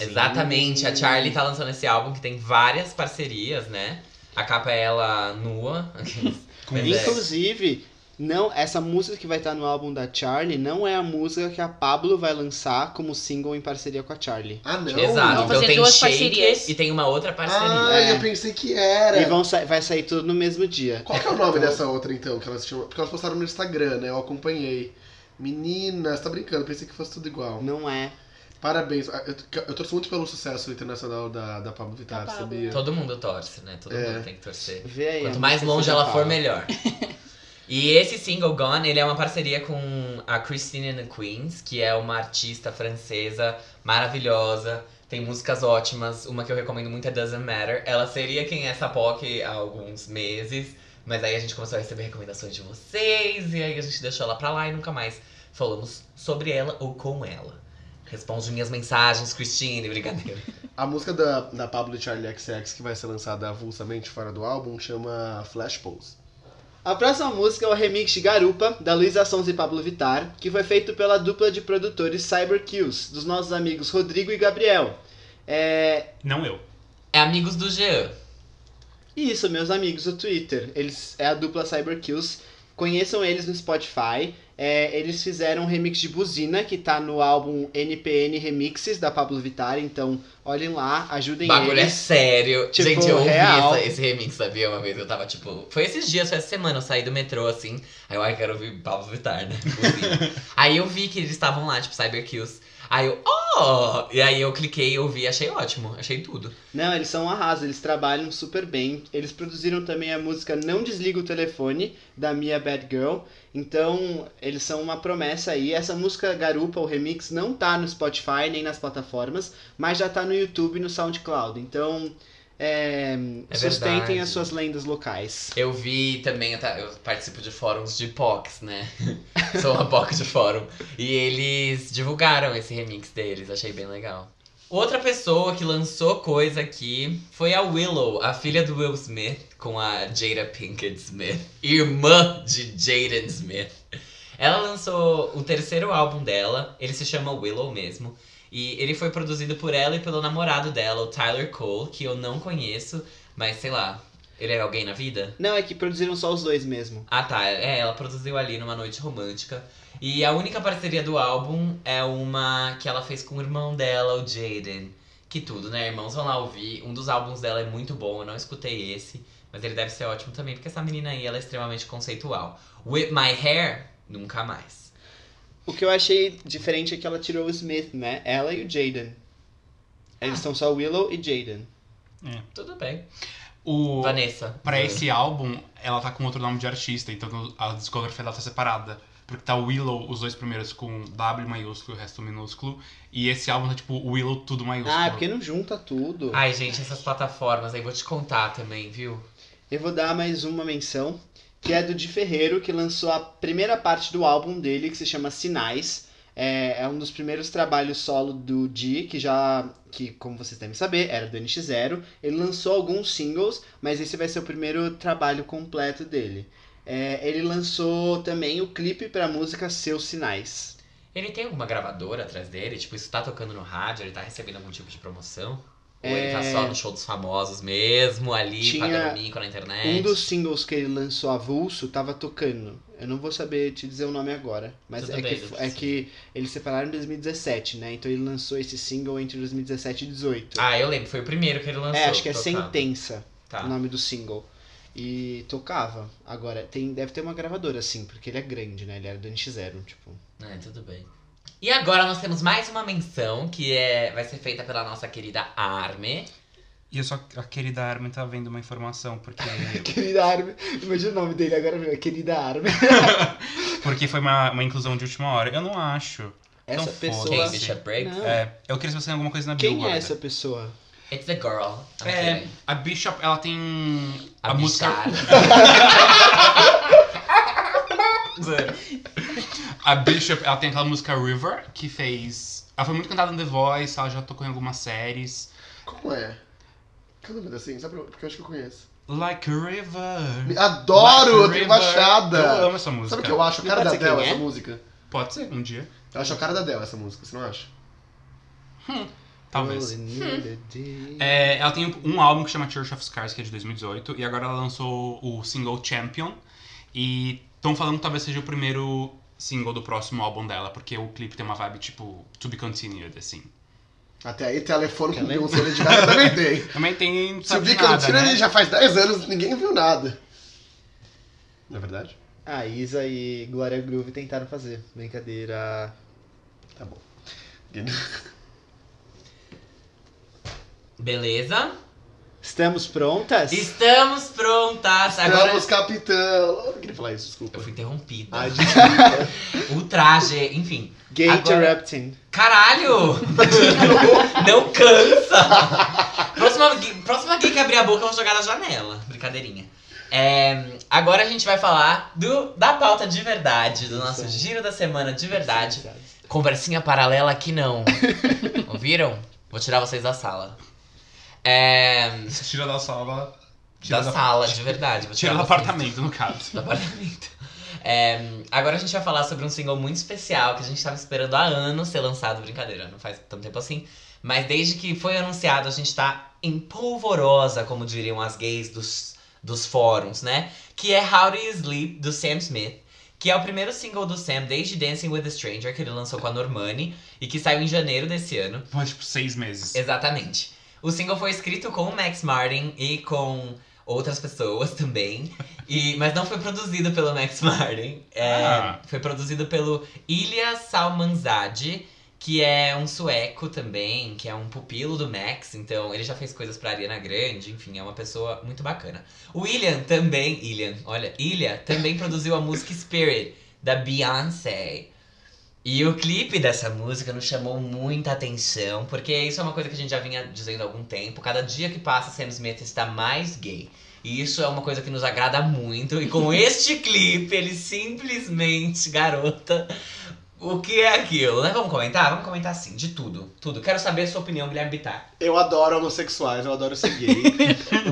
Speaker 3: Exatamente. A Charlie tá lançando esse álbum que tem várias parcerias, né? A capa é ela nua.
Speaker 2: Com
Speaker 3: Mas
Speaker 2: isso.
Speaker 3: é.
Speaker 4: Inclusive, não, essa música que vai estar no álbum da Charlie não é a música que a Pablo vai lançar como single em parceria com a Charlie.
Speaker 5: Ah, não.
Speaker 3: Exato.
Speaker 1: Vão
Speaker 3: Então
Speaker 1: fazer
Speaker 3: tem
Speaker 1: duas
Speaker 3: Shake
Speaker 1: parcerias.
Speaker 3: e tem uma outra parceria.
Speaker 5: Ah,
Speaker 4: É.
Speaker 5: eu pensei que era.
Speaker 4: E vão sa- vai sair tudo no mesmo dia.
Speaker 5: Qual que é o nome dessa outra, então, que elas tinham... Porque elas postaram no Instagram, né? Eu acompanhei. Menina, você tá brincando, pensei que fosse tudo igual.
Speaker 4: Não é.
Speaker 5: Parabéns. Ah, Eu, eu torço muito pelo sucesso internacional da, da Pablo
Speaker 1: Da
Speaker 5: Vittar,
Speaker 1: Pabllo.
Speaker 5: sabia?
Speaker 3: Todo mundo torce, né? Todo
Speaker 5: É.
Speaker 3: mundo tem que torcer.
Speaker 4: Vê aí.
Speaker 3: Quanto
Speaker 4: a
Speaker 3: mais
Speaker 4: música
Speaker 3: longe
Speaker 4: que
Speaker 3: ela
Speaker 4: já
Speaker 3: for,
Speaker 4: fala.
Speaker 3: melhor. E esse single Gone, ele é uma parceria com a Christine and the Queens, que é uma artista francesa maravilhosa, tem músicas ótimas. Uma que eu recomendo muito é Doesn't Matter. Ela seria quem é essa POC há alguns meses, mas aí a gente começou a receber recomendações de vocês, e aí a gente deixou ela pra lá e nunca mais falamos sobre ela ou com ela. Responde minhas mensagens, Christine, brincadeira.
Speaker 5: A música da, da Pablo e Charlie XX, que vai ser lançada avulsamente fora do álbum, chama Flash Pose.
Speaker 4: A próxima música é o remix de Garupa, da Luísa Sons e Pablo Vittar, que foi feito pela dupla de produtores Cyber Kills, dos nossos amigos Rodrigo e Gabriel. É.
Speaker 2: Não eu.
Speaker 3: É Amigos do Jean.
Speaker 4: Isso, meus amigos do Twitter. Eles é a dupla Cyber Kills. Conheçam eles no Spotify. É, eles fizeram um remix de Buzina, que tá no álbum NPN Remixes da Pablo Vittar, então olhem lá, ajudem
Speaker 3: bagulho é
Speaker 4: eles.
Speaker 3: sério.
Speaker 4: Tipo,
Speaker 3: Gente, eu ouvi
Speaker 4: real.
Speaker 3: essa- esse remix, sabia? Uma vez eu tava, tipo. Foi esses dias, foi essa semana, eu saí do metrô assim. Aí eu ai, quero ouvir Pablo Vittar, né? Inclusive. aí eu vi que eles estavam lá, tipo, Cyber Kills. Aí eu, oh! E aí eu cliquei, eu vi, achei ótimo, achei tudo.
Speaker 4: Não, eles são um arraso, eles trabalham super bem. Eles produziram também a música Não Desliga o Telefone, da Mia Bad Girl. Então, eles são uma promessa aí. Essa música Garupa, o remix, não tá no Spotify nem nas plataformas, mas já tá no YouTube e no SoundCloud. Então, é,
Speaker 3: É
Speaker 4: sustentem
Speaker 3: verdade.
Speaker 4: as suas lendas locais.
Speaker 3: Eu vi também, eu, ta- eu participo de fóruns de POCs, né? Sou uma POC de fórum. E eles divulgaram esse remix deles, achei bem legal. Outra pessoa que lançou coisa aqui foi a Willow, a filha do Will Smith, com a Jada Pinkett Smith, irmã de Jaden Smith. Ela lançou o terceiro álbum dela, ele se chama Willow mesmo. E ele foi produzido por ela e pelo namorado dela, o Tyler Cole, que eu não conheço, mas sei lá, ele é alguém na vida?
Speaker 4: Não, é que produziram só os dois mesmo.
Speaker 3: Ah tá, é, ela produziu ali numa noite romântica. E a única parceria do álbum é uma que ela fez com o irmão dela, o Jaden. Que tudo, né? Irmãos vão lá ouvir. Um dos álbuns dela é muito bom, eu não escutei esse, mas ele deve ser ótimo também, porque essa menina aí ela é extremamente conceitual. With My Hair, nunca mais.
Speaker 4: O que eu achei diferente é que ela tirou o Smith, né? Ela e o Jaden. Eles são só Willow e Jaden.
Speaker 3: Tudo bem.
Speaker 2: O...
Speaker 3: Vanessa.
Speaker 2: Pra esse álbum, ela tá com outro nome de artista, então no- a discografia dela tá separada. Porque tá Willow, os dois primeiros com W maiúsculo e o resto minúsculo. E esse álbum tá tipo Willow tudo maiúsculo.
Speaker 4: Ah, é porque não junta tudo.
Speaker 3: Ai, gente, essas plataformas aí, vou te contar também, viu?
Speaker 4: Eu vou dar mais uma menção, que é do Di Ferreiro, que lançou a primeira parte do álbum dele, que se chama Sinais. É, é um dos primeiros trabalhos solo do Di, que já, que como vocês devem saber, era do NX0. Ele lançou alguns singles, mas esse vai ser o primeiro trabalho completo dele. É, ele lançou também o clipe para a música Seus Sinais.
Speaker 3: Ele tem alguma gravadora atrás dele? Tipo, isso tá tocando no rádio, ele tá recebendo algum tipo de promoção? Ou ele tá
Speaker 4: É.
Speaker 3: só no show dos famosos mesmo, ali,
Speaker 4: Tinha
Speaker 3: pagando mico na internet?
Speaker 4: Um dos singles que ele lançou avulso tava tocando. Eu não vou saber te dizer o nome agora, mas
Speaker 3: Tudo
Speaker 4: é,
Speaker 3: bem,
Speaker 4: que,
Speaker 3: não
Speaker 4: é que eles separaram em 2017, né? Então ele lançou esse single entre 2017 e 2018.
Speaker 3: Ah, eu lembro, foi o primeiro que ele lançou.
Speaker 4: é, acho que é
Speaker 3: tocava.
Speaker 4: Sentença
Speaker 3: Tá.
Speaker 4: o nome do single. E tocava. assim, Agora, tem, deve ter uma gravadora, sim, porque ele é grande, né? Ele era do NX0, tipo.
Speaker 3: É, tudo bem. E agora nós temos mais uma menção que é, vai ser feita pela nossa querida Arme.
Speaker 2: E eu só, a querida Armin tá vendo uma informação, porque,
Speaker 4: Querida Armin. Imagina o nome dele agora, querida Armin.
Speaker 2: porque foi uma, uma inclusão de última hora. Eu não acho.
Speaker 4: Essa
Speaker 2: Então,
Speaker 3: Quem
Speaker 4: pessoa.
Speaker 2: foda-se.
Speaker 3: bicha breaks?
Speaker 4: assim. Não.
Speaker 2: É, eu queria se você tem alguma coisa na
Speaker 4: Ah. Quem
Speaker 2: Billboard.
Speaker 4: é essa pessoa?
Speaker 3: It's a girl. Tá né? I'm
Speaker 2: É,
Speaker 3: kidding.
Speaker 2: a Bishop, ela tem a,
Speaker 3: a
Speaker 2: música.
Speaker 3: bicha.
Speaker 2: A Bishop, ela tem aquela música River, que fez. Ela foi muito cantada no The Voice, ela já tocou em algumas séries.
Speaker 5: Como é? Cada um assim, sabe? Porque eu acho que eu conheço.
Speaker 2: Like a River.
Speaker 5: Me- Adoro! eu
Speaker 2: Like a
Speaker 5: tenho
Speaker 2: River.
Speaker 5: baixada!
Speaker 2: Eu amo essa música.
Speaker 5: Sabe o que eu acho? A
Speaker 4: Não
Speaker 5: cara da
Speaker 4: pode ser
Speaker 5: Adele,
Speaker 4: quem é?
Speaker 5: essa música.
Speaker 2: Pode ser, um dia.
Speaker 5: Eu acho a cara da Adele, essa música, você não acha?
Speaker 2: Talvez.
Speaker 4: Rolling in the deep.
Speaker 2: É, ela tem um álbum que chama Church of Scars, que é de 2018, e agora ela lançou o single Champion. E estão falando que talvez seja o primeiro single do próximo álbum dela, porque o clipe tem uma vibe tipo To Be Continued, assim.
Speaker 5: Até aí, telefone com
Speaker 4: Ela é-
Speaker 5: Beyoncé Lady Gaga também tem.
Speaker 2: Também tem. não
Speaker 5: Se o
Speaker 2: Sabe de
Speaker 5: Beacon
Speaker 2: nada,
Speaker 5: Tira
Speaker 2: né?
Speaker 5: ele já faz 10 anos, ninguém viu nada. Não é verdade?
Speaker 4: A Ah, Isa e Glória Groove tentaram fazer. Brincadeira.
Speaker 5: Tá bom.
Speaker 3: Beleza?
Speaker 4: Estamos prontas?
Speaker 3: Estamos prontas. Agora.
Speaker 5: Estamos, capitão! Eu não queria falar isso, desculpa.
Speaker 3: Eu fui interrompida.
Speaker 4: Ah,
Speaker 5: Ai, desculpa.
Speaker 3: O traje, enfim.
Speaker 4: Gay
Speaker 3: Agora-
Speaker 4: interrupting.
Speaker 3: Caralho! Não cansa! Próxima, gui- próxima gay que abrir a boca eu vou jogar na janela. Brincadeirinha. É, agora a gente vai falar do, da pauta de verdade, do nosso giro da semana de verdade. Conversinha paralela aqui não. Ouviram? Vou tirar vocês da sala. É,
Speaker 2: Se tira da sala. Tira
Speaker 3: da,
Speaker 2: da-
Speaker 3: sala, de verdade. Vou
Speaker 2: Tira
Speaker 3: tirar
Speaker 2: do
Speaker 3: vocês.
Speaker 2: apartamento, no caso.
Speaker 3: do apartamento. É, agora a gente vai falar sobre um single muito especial que a gente tava esperando há anos ser lançado. Brincadeira, não faz tanto tempo assim. Mas desde que foi anunciado, a gente tá em polvorosa, como diriam as gays dos, dos fóruns, né? Que é How Do You Sleep, do Sam Smith. Que é o primeiro single do Sam desde Dancing with a Stranger, que ele lançou com a Normani. E que saiu em janeiro desse ano.
Speaker 2: Foi tipo seis meses.
Speaker 4: É
Speaker 3: Exatamente. O single foi escrito com o Max Martin e com outras pessoas também. E, mas não foi produzido pelo Max Martin. É,
Speaker 2: Ah.
Speaker 3: Foi produzido pelo Ilya Salmanzade, que é um sueco também, que é um pupilo do Max. Então, ele já fez coisas pra Ariana Grande, enfim, é uma pessoa muito bacana. O William também, William, olha, Ilya também produziu a música Spirit, da Beyoncé. E o clipe dessa música nos chamou muita atenção, porque isso é uma coisa que a gente já vinha dizendo há algum tempo. Cada dia que passa, Sam Smith está mais gay. E isso é uma coisa que nos agrada muito. E com este clipe, ele simplesmente, garota, o que é aquilo, né? Vamos comentar? Vamos comentar sim, de tudo. Tudo. Quero saber a sua opinião, Guilherme Bittar.
Speaker 5: Eu adoro homossexuais, eu adoro ser gay.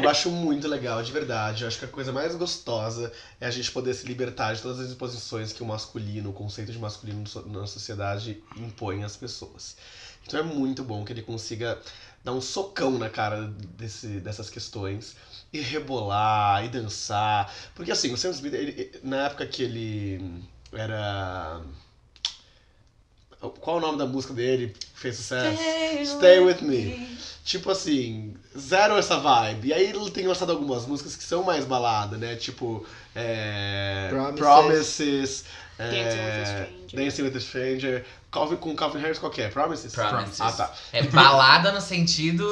Speaker 5: eu acho muito legal, de verdade. Eu acho que a coisa mais gostosa é a gente poder se libertar de todas as imposições que o masculino, o conceito de masculino so- na sociedade impõe às pessoas. Então é muito bom que ele consiga dar um socão na cara desse- dessas questões e rebolar e dançar. Porque assim, o Sam Smith, ele- na época que ele era. Qual o nome da música dele que fez sucesso? Stay with me. Tipo assim, zero essa vibe. E aí ele tem lançado algumas músicas que são mais balada, né? Tipo, é...
Speaker 4: Promises.
Speaker 5: Promises, é,
Speaker 1: Dancing with a Stranger.
Speaker 5: Dancing with a Stranger. Calvin, com Calvin Harris, qual que é? Promises?
Speaker 3: Promises.
Speaker 5: Ah, tá.
Speaker 3: É balada no sentido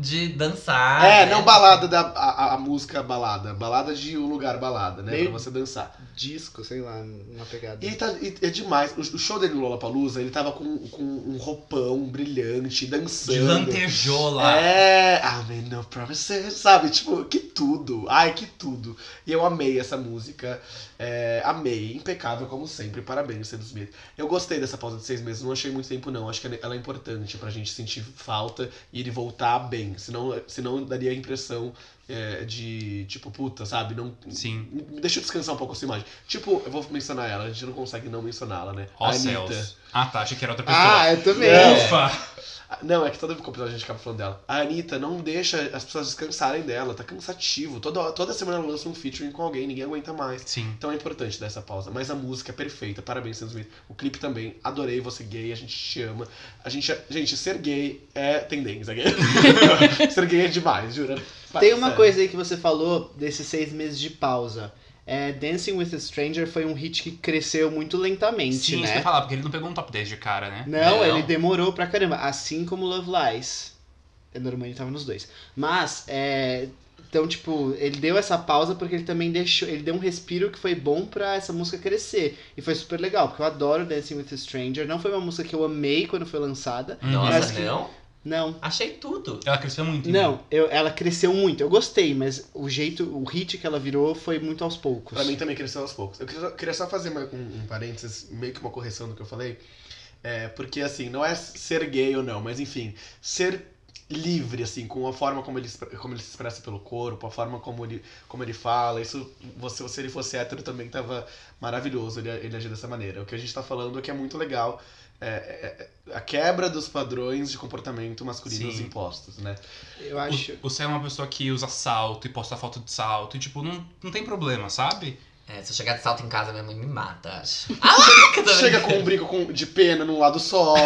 Speaker 3: de dançar.
Speaker 5: é,
Speaker 3: né?
Speaker 5: não balada da a, a- a música balada. Balada de um lugar balada, né?
Speaker 4: Meio-
Speaker 5: Pra você dançar.
Speaker 4: Disco, sei lá, uma pegada.
Speaker 5: E ele tá, e- é demais. O, o show dele no Lollapalooza, ele tava com, com um roupão brilhante, dançando.
Speaker 3: De lantejola.
Speaker 5: É, I made no promises, sabe? Tipo, que tudo. Ai, que tudo. E eu amei essa música. É, amei, impecável como sempre. Parabéns, Sam Smith. Eu gostei dessa pausa de seis meses, não achei muito tempo, não. Acho que ela é importante pra gente sentir falta e ele voltar bem. Senão, senão daria a impressão é, de, tipo, puta, sabe? Não.
Speaker 2: Sim.
Speaker 5: Deixa eu descansar um pouco essa imagem. Tipo, eu vou mencionar ela, a gente não consegue não mencioná-la, né?
Speaker 2: Ó,
Speaker 5: Anitta.
Speaker 2: céus. Ah, tá, achei que era outra pessoa.
Speaker 4: Ah, eu também.
Speaker 5: Não.
Speaker 2: Ufa!
Speaker 5: Não, é que todo episódio a gente acaba falando dela. A Anitta não deixa as pessoas descansarem dela, tá cansativo. Toda, toda semana ela lança um featuring com alguém, ninguém aguenta mais.
Speaker 2: Sim.
Speaker 5: Então é importante dar essa pausa. Mas a música é perfeita, parabéns, Sam Smith. O clipe também, adorei você é gay, a gente te ama. A gente, gente ser gay é tendência. gay. ser gay é demais, jura. É.
Speaker 4: Tem uma
Speaker 5: Sério.
Speaker 4: coisa aí que você falou desses seis meses de pausa. é, Dancing with a Stranger foi um hit que cresceu muito lentamente,
Speaker 2: Sim, isso que eu
Speaker 4: né?
Speaker 2: ia falar, porque ele não pegou um top 10 de cara, né?
Speaker 4: Não,
Speaker 3: Não.
Speaker 4: ele demorou pra caramba. Assim como Love Lies. É, Normalmente tava nos dois. Mas, é. Então, tipo, ele deu essa pausa porque ele também deixou. Ele deu um respiro que foi bom pra essa música crescer. E foi super legal, porque eu adoro Dancing with a Stranger. Não foi uma música que eu amei quando foi lançada.
Speaker 2: Uhum.
Speaker 4: Mas
Speaker 3: Nossa,
Speaker 4: que-
Speaker 3: não?
Speaker 4: Não.
Speaker 3: Achei tudo.
Speaker 2: Ela cresceu muito. então.
Speaker 4: Não, eu- ela cresceu muito. Eu gostei, mas o jeito, o hit que ela virou foi muito aos poucos.
Speaker 5: Pra mim também cresceu aos poucos. Eu queria só, queria só fazer mais um, um parênteses, meio que uma correção do que eu falei. É, porque, assim, não é ser gay ou não, mas enfim, ser livre, assim, com a forma como ele, expre- como ele se expressa pelo corpo, a forma como ele, como ele fala, isso, você, se ele fosse hétero também tava maravilhoso ele, ele agir dessa maneira. O que a gente tá falando é que é muito legal é, é, é, a quebra dos padrões de comportamento masculino
Speaker 2: Sim.
Speaker 5: impostos, né?
Speaker 4: Eu acho.
Speaker 2: O, o Sam é uma pessoa que usa salto e posta foto de salto. E, tipo, não, não tem problema, sabe?
Speaker 3: É, se eu chegar de salto em casa, minha mãe me mata, acho. Ah, que eu tô
Speaker 5: Chega com um brinco com- de pena num lado só, entendeu?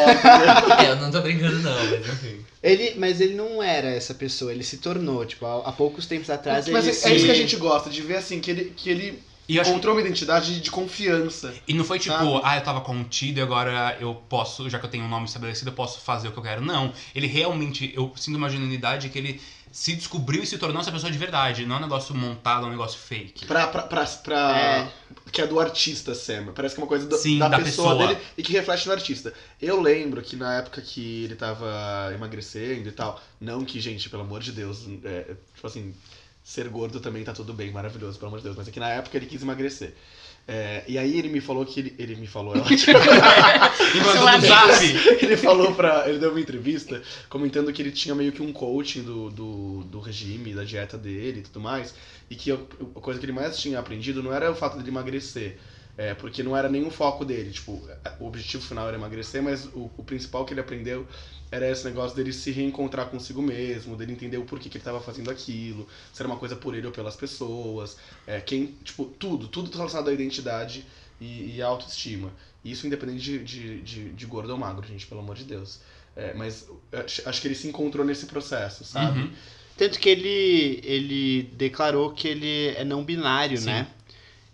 Speaker 3: brincando. É, Eu não tô brincando, não, mas enfim.
Speaker 4: Ele, mas ele não era essa pessoa, ele se tornou, tipo, há, há poucos tempos atrás
Speaker 5: Mas
Speaker 4: ele
Speaker 5: é,
Speaker 4: se...
Speaker 5: é isso que a gente gosta, de ver assim, que ele, que ele
Speaker 2: E, eu acho,
Speaker 5: encontrou uma identidade de confiança.
Speaker 2: e não foi tipo,
Speaker 5: Sabe?
Speaker 2: ah, eu tava contido e agora eu posso, já que eu tenho um nome estabelecido, eu posso fazer o que eu quero. Não. Ele realmente, eu sinto uma genuinidade que ele se descobriu e se tornou essa pessoa de verdade. Não é um negócio montado, é um negócio fake.
Speaker 5: Pra, pra, pra, pra-
Speaker 4: É.
Speaker 5: Que é do artista, Sam. Parece que é uma coisa do-
Speaker 2: Sim,
Speaker 5: da,
Speaker 2: da
Speaker 5: pessoa,
Speaker 2: pessoa.
Speaker 5: dele e que reflete no artista. Eu lembro que na época que ele tava emagrecendo e tal, não que, gente, pelo amor de Deus, é, tipo assim, ser gordo também tá tudo bem, maravilhoso, pelo amor de Deus, mas é que na época ele quis emagrecer. É, e aí ele me falou que ele, ele me falou, ela,
Speaker 2: E
Speaker 1: São
Speaker 2: mandou no zap.
Speaker 5: ele falou pra. Ele deu uma entrevista comentando que ele tinha meio que um coaching do, do, do regime, da dieta dele e tudo mais. E que a a coisa que ele mais tinha aprendido não era o fato dele emagrecer. É, porque não era nenhum foco dele. Tipo, o objetivo final era emagrecer, mas o, o principal que ele aprendeu era esse negócio dele se reencontrar consigo mesmo, dele entender o porquê que ele tava fazendo aquilo, se era uma coisa por ele ou pelas pessoas, é, quem, tipo, tudo, tudo relacionado à identidade e, e à autoestima. Isso independente de, de, de, de gordo ou magro, gente, pelo amor de Deus. É, mas acho, acho que ele se encontrou nesse processo, sabe?
Speaker 2: Uhum.
Speaker 4: Tanto que ele, ele declarou que ele é não binário,
Speaker 2: Sim.
Speaker 4: né?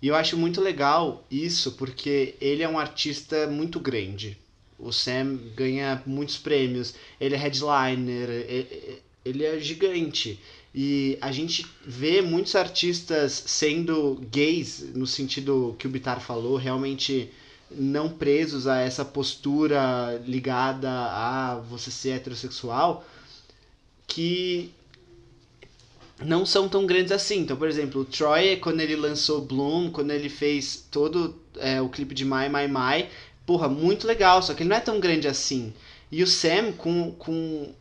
Speaker 4: E eu acho muito legal isso, porque ele é um artista muito grande. O Sam ganha muitos prêmios, ele é headliner, e- e- ele é gigante. E a gente vê muitos artistas sendo gays, no sentido que o Bitar falou, realmente não presos a essa postura ligada a você ser heterossexual, que não são tão grandes assim. Então, por exemplo, o Troy, quando ele lançou Bloom, quando ele fez todo é, o clipe de My My My, porra, muito legal, só que ele não é tão grande assim. E o Sam, com, com.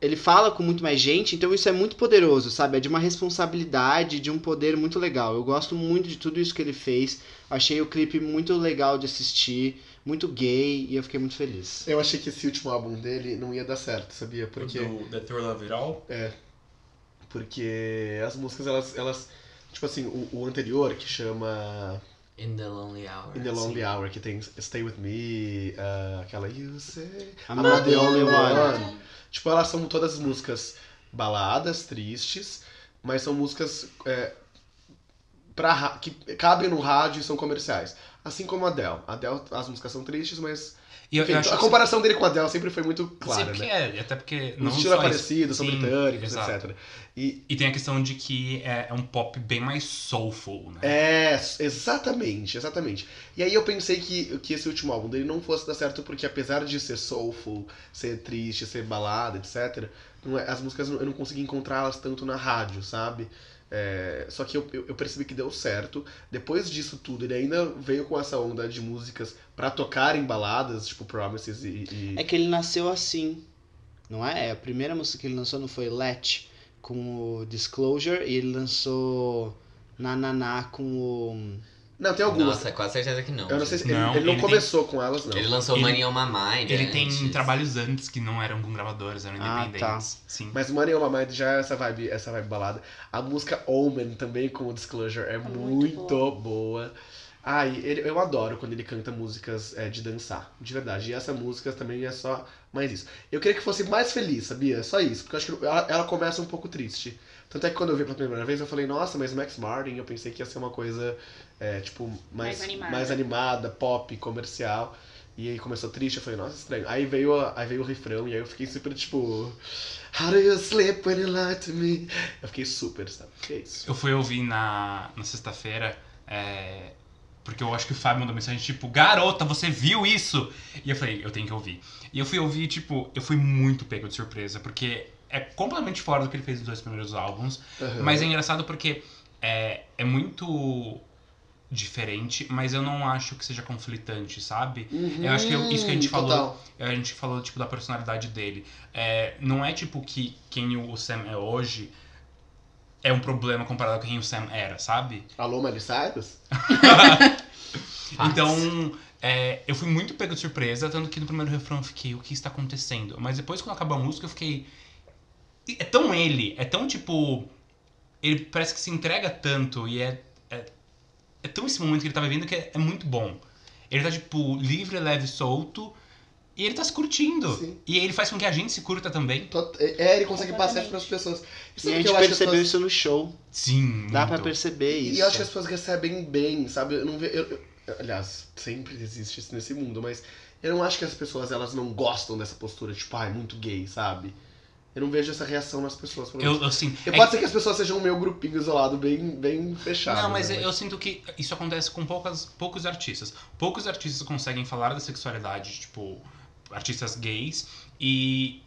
Speaker 4: Ele fala com muito mais gente, então isso é muito poderoso, sabe? É de uma responsabilidade, de um poder muito legal. Eu gosto muito de tudo isso que ele fez. Achei o clipe muito legal de assistir, muito gay, e eu fiquei muito feliz.
Speaker 5: Eu achei que esse último álbum dele não ia dar certo, sabia? Porque.
Speaker 2: Do The Thrill of It All.
Speaker 5: Porque as músicas, elas. elas tipo assim, o, o anterior, que chama
Speaker 3: In the Lonely Hour.
Speaker 2: Ah,
Speaker 5: In the Lonely Hour, que tem Stay With Me, ah, aquela You Say.
Speaker 4: I'm not the only one.
Speaker 5: Tipo, elas são todas músicas baladas, tristes, mas são músicas é, pra ra- que cabem no rádio e são comerciais. Assim como a Adele. A Adele, as músicas são tristes, mas.
Speaker 2: E eu,
Speaker 5: enfim,
Speaker 2: eu acho
Speaker 5: então, a
Speaker 2: que
Speaker 5: comparação dele com a Adele sempre foi muito
Speaker 2: Sim,
Speaker 5: clara,
Speaker 2: porque
Speaker 5: né?
Speaker 2: é, até porque
Speaker 5: O
Speaker 2: não
Speaker 5: estilo é
Speaker 2: só isso.
Speaker 5: parecido, são
Speaker 2: Sim,
Speaker 5: britânicos,
Speaker 2: exato.
Speaker 5: etc. E
Speaker 2: E tem a questão de que é, é um pop bem mais soulful, né?
Speaker 5: é, exatamente, exatamente. E aí eu pensei que, que esse último álbum dele não fosse dar certo, porque apesar de ser soulful, ser triste, ser balada, etc., não é- as músicas não- eu não consegui encontrá-las tanto na rádio, sabe? É, só que eu, eu, eu percebi que deu certo. Depois disso tudo, ele ainda veio com essa onda de músicas pra tocar em baladas, tipo Promises e. e-
Speaker 4: É que ele nasceu assim, não é? A primeira música que ele lançou não foi Let com o Disclosure e ele lançou Nananá com o.
Speaker 5: Não, tem algumas.
Speaker 3: Nossa, quase certeza que não.
Speaker 5: eu não sei se ele-
Speaker 2: Não,
Speaker 5: ele, não
Speaker 2: ele tem-
Speaker 5: começou com elas, não.
Speaker 3: Ele lançou
Speaker 2: Ele-
Speaker 3: Money on My Mind.
Speaker 2: Ele tem
Speaker 5: um
Speaker 3: antes.
Speaker 2: trabalhos antes que não eram com gravadoras, eram
Speaker 4: Ah,
Speaker 2: independentes. Sim.
Speaker 5: tá. Mas Money on My Mind já é essa vibe, essa vibe balada. A música Omen também com o Disclosure é muito,
Speaker 1: muito
Speaker 5: boa. Ai, ele- eu adoro quando ele canta músicas é, de dançar, de verdade. E essa música também é só mais isso. Eu queria que fosse mais feliz, sabia? Só isso, porque eu acho que ela, ela começa um pouco triste. Tanto é que quando eu vi pela primeira vez, eu falei, nossa, mas Max Martin, eu pensei que ia ser uma coisa, é, tipo, mais,
Speaker 1: Mais animada.
Speaker 5: mais animada, pop, comercial. E aí começou triste, eu falei, nossa, estranho. Aí veio, a- aí veio o refrão, e aí eu fiquei super, tipo, How do you sleep when you lie to me? Eu fiquei super, sabe? Que é isso?
Speaker 2: Eu fui ouvir na, na sexta-feira, é, porque eu acho que o Fábio mandou mensagem tipo, garota, você viu isso? E eu falei, eu tenho que ouvir. E eu fui ouvir, tipo, eu fui muito pego de surpresa, porque é completamente fora do que ele fez nos dois primeiros álbuns.
Speaker 5: Aham.
Speaker 2: Mas é engraçado porque é, é muito diferente, mas eu não acho que seja conflitante, sabe?
Speaker 5: Uhum,
Speaker 2: eu acho que é isso que a gente
Speaker 4: Hum,
Speaker 2: falou-
Speaker 5: total.
Speaker 2: A gente falou, tipo, da personalidade dele. É, não é, tipo, que quem o Sam é hoje é um problema comparado com quem o Sam era, sabe?
Speaker 5: Alô, Miley Cyrus?
Speaker 2: Então, é, eu fui muito pego de surpresa, tanto que no primeiro refrão eu fiquei, o que está acontecendo? Mas depois, quando acabou a música, eu fiquei... "E É tão ele, é tão, tipo... Ele parece que se entrega tanto e é... É, é tão esse momento que ele tá vivendo que é, é muito bom. Ele tá, tipo, livre, leve, solto... E ele tá se curtindo.
Speaker 5: Sim.
Speaker 2: E ele faz com que a gente se curta também.
Speaker 5: Tot- É, ele consegue passar isso
Speaker 1: Completamente.
Speaker 5: para as pessoas. E
Speaker 4: E
Speaker 5: sabe
Speaker 4: a
Speaker 5: o que
Speaker 4: gente
Speaker 5: eu acho que as
Speaker 4: percebeu
Speaker 5: pessoas-
Speaker 4: isso no show.
Speaker 2: Sim,
Speaker 4: Dá
Speaker 2: muito.
Speaker 4: pra perceber isso.
Speaker 5: E eu acho que as pessoas recebem bem, sabe? Eu não vejo. eu- eu- aliás, sempre existe isso nesse mundo, mas eu não acho que as pessoas elas não gostam dessa postura, tipo, ah, é muito gay, sabe? Eu não vejo essa reação nas pessoas. pelo menos.
Speaker 2: Eu, eu sim.
Speaker 5: E
Speaker 2: é
Speaker 5: pode ser que as pessoas sejam meio grupinho isolado, bem, bem fechado.
Speaker 2: Não, mas
Speaker 5: né?
Speaker 2: eu sinto que isso acontece com poucas, poucos artistas. Poucos artistas conseguem falar da sexualidade, tipo, artistas gays, e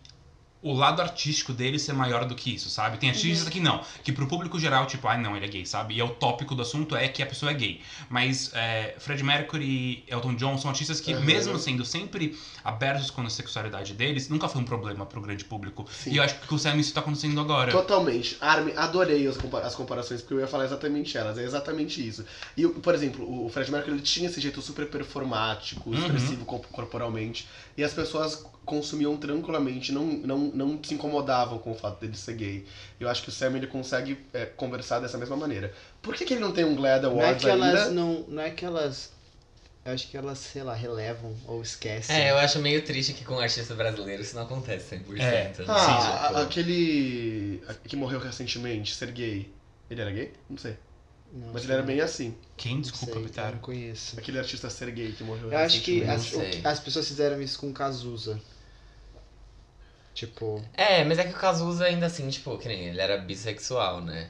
Speaker 2: o lado artístico deles ser maior do que isso, sabe? Tem artistas que não, que pro público geral, tipo, ah, não, ele é gay, sabe? E é o tópico do assunto é que a pessoa é gay. Mas é, Fred Mercury e Elton John são artistas que,
Speaker 5: Aham.
Speaker 2: mesmo sendo sempre abertos com a sexualidade deles, nunca foi um problema pro grande público.
Speaker 5: Sim.
Speaker 2: E eu acho que o Sam isso tá acontecendo agora.
Speaker 5: Totalmente. Armin, adorei as, compa- as comparações, porque eu ia falar exatamente elas. É exatamente isso. E, eu, por exemplo, o Fred Mercury ele tinha esse jeito super performático,
Speaker 2: Uhum.
Speaker 5: expressivo co- corporalmente. E as pessoas consumiam tranquilamente, não, não, não se incomodavam com o fato dele ser gay. Eu acho que o Sam ele consegue é, conversar dessa mesma maneira. Por que, que ele não tem um Glad
Speaker 4: Não é
Speaker 5: Awards
Speaker 4: que elas
Speaker 5: ainda?
Speaker 4: não. Não é que elas. Eu acho que elas, sei lá, relevam ou esquecem.
Speaker 5: assim.
Speaker 3: É, eu acho meio triste que com artista brasileiro isso não acontece 100%.
Speaker 2: É.
Speaker 3: assim,
Speaker 5: Ah,
Speaker 3: tipo-
Speaker 5: a- aquele a- que morreu recentemente, ser gay. Ele era gay? Não sei.
Speaker 4: Não,
Speaker 5: Mas ele era bem assim.
Speaker 2: Quem?
Speaker 4: não
Speaker 2: Desculpa,
Speaker 4: sei, eu
Speaker 2: Vitário.
Speaker 4: Não conheço.
Speaker 5: Aquele artista ser gay que morreu
Speaker 4: Eu acho que assim,
Speaker 5: recentemente.
Speaker 4: as,
Speaker 3: não
Speaker 4: o que-
Speaker 3: sei.
Speaker 4: as pessoas fizeram isso com Cazuza. Tipo.
Speaker 3: É, mas é que o Cazuza ainda assim, tipo, que nem ele era bissexual, né?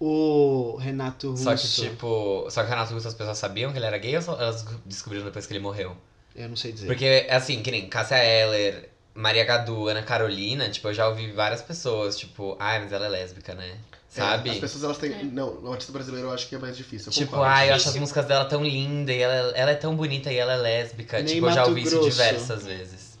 Speaker 4: O Renato Russo.
Speaker 3: Só que, tipo, só que o Renato Russo as pessoas sabiam que ele era gay ou só elas descobriram depois que ele morreu?
Speaker 4: Eu não sei dizer.
Speaker 3: Porque, assim, que nem Cássia Eller, Maria Gadu, Ana Carolina, tipo, eu já ouvi várias pessoas, tipo, ai, mas ela é lésbica, né? Sabe?
Speaker 5: É, as pessoas elas têm.
Speaker 1: É.
Speaker 5: Não, no artista brasileiro eu acho que é mais difícil. Eu
Speaker 3: Tipo,
Speaker 5: concordo.
Speaker 3: ai, eu
Speaker 1: Difícil.
Speaker 3: acho as músicas dela tão linda e ela, ela é tão bonita e ela é lésbica.
Speaker 4: Nem
Speaker 3: tipo, eu já
Speaker 4: Mato
Speaker 3: ouvi
Speaker 4: Grosso.
Speaker 3: isso diversas vezes.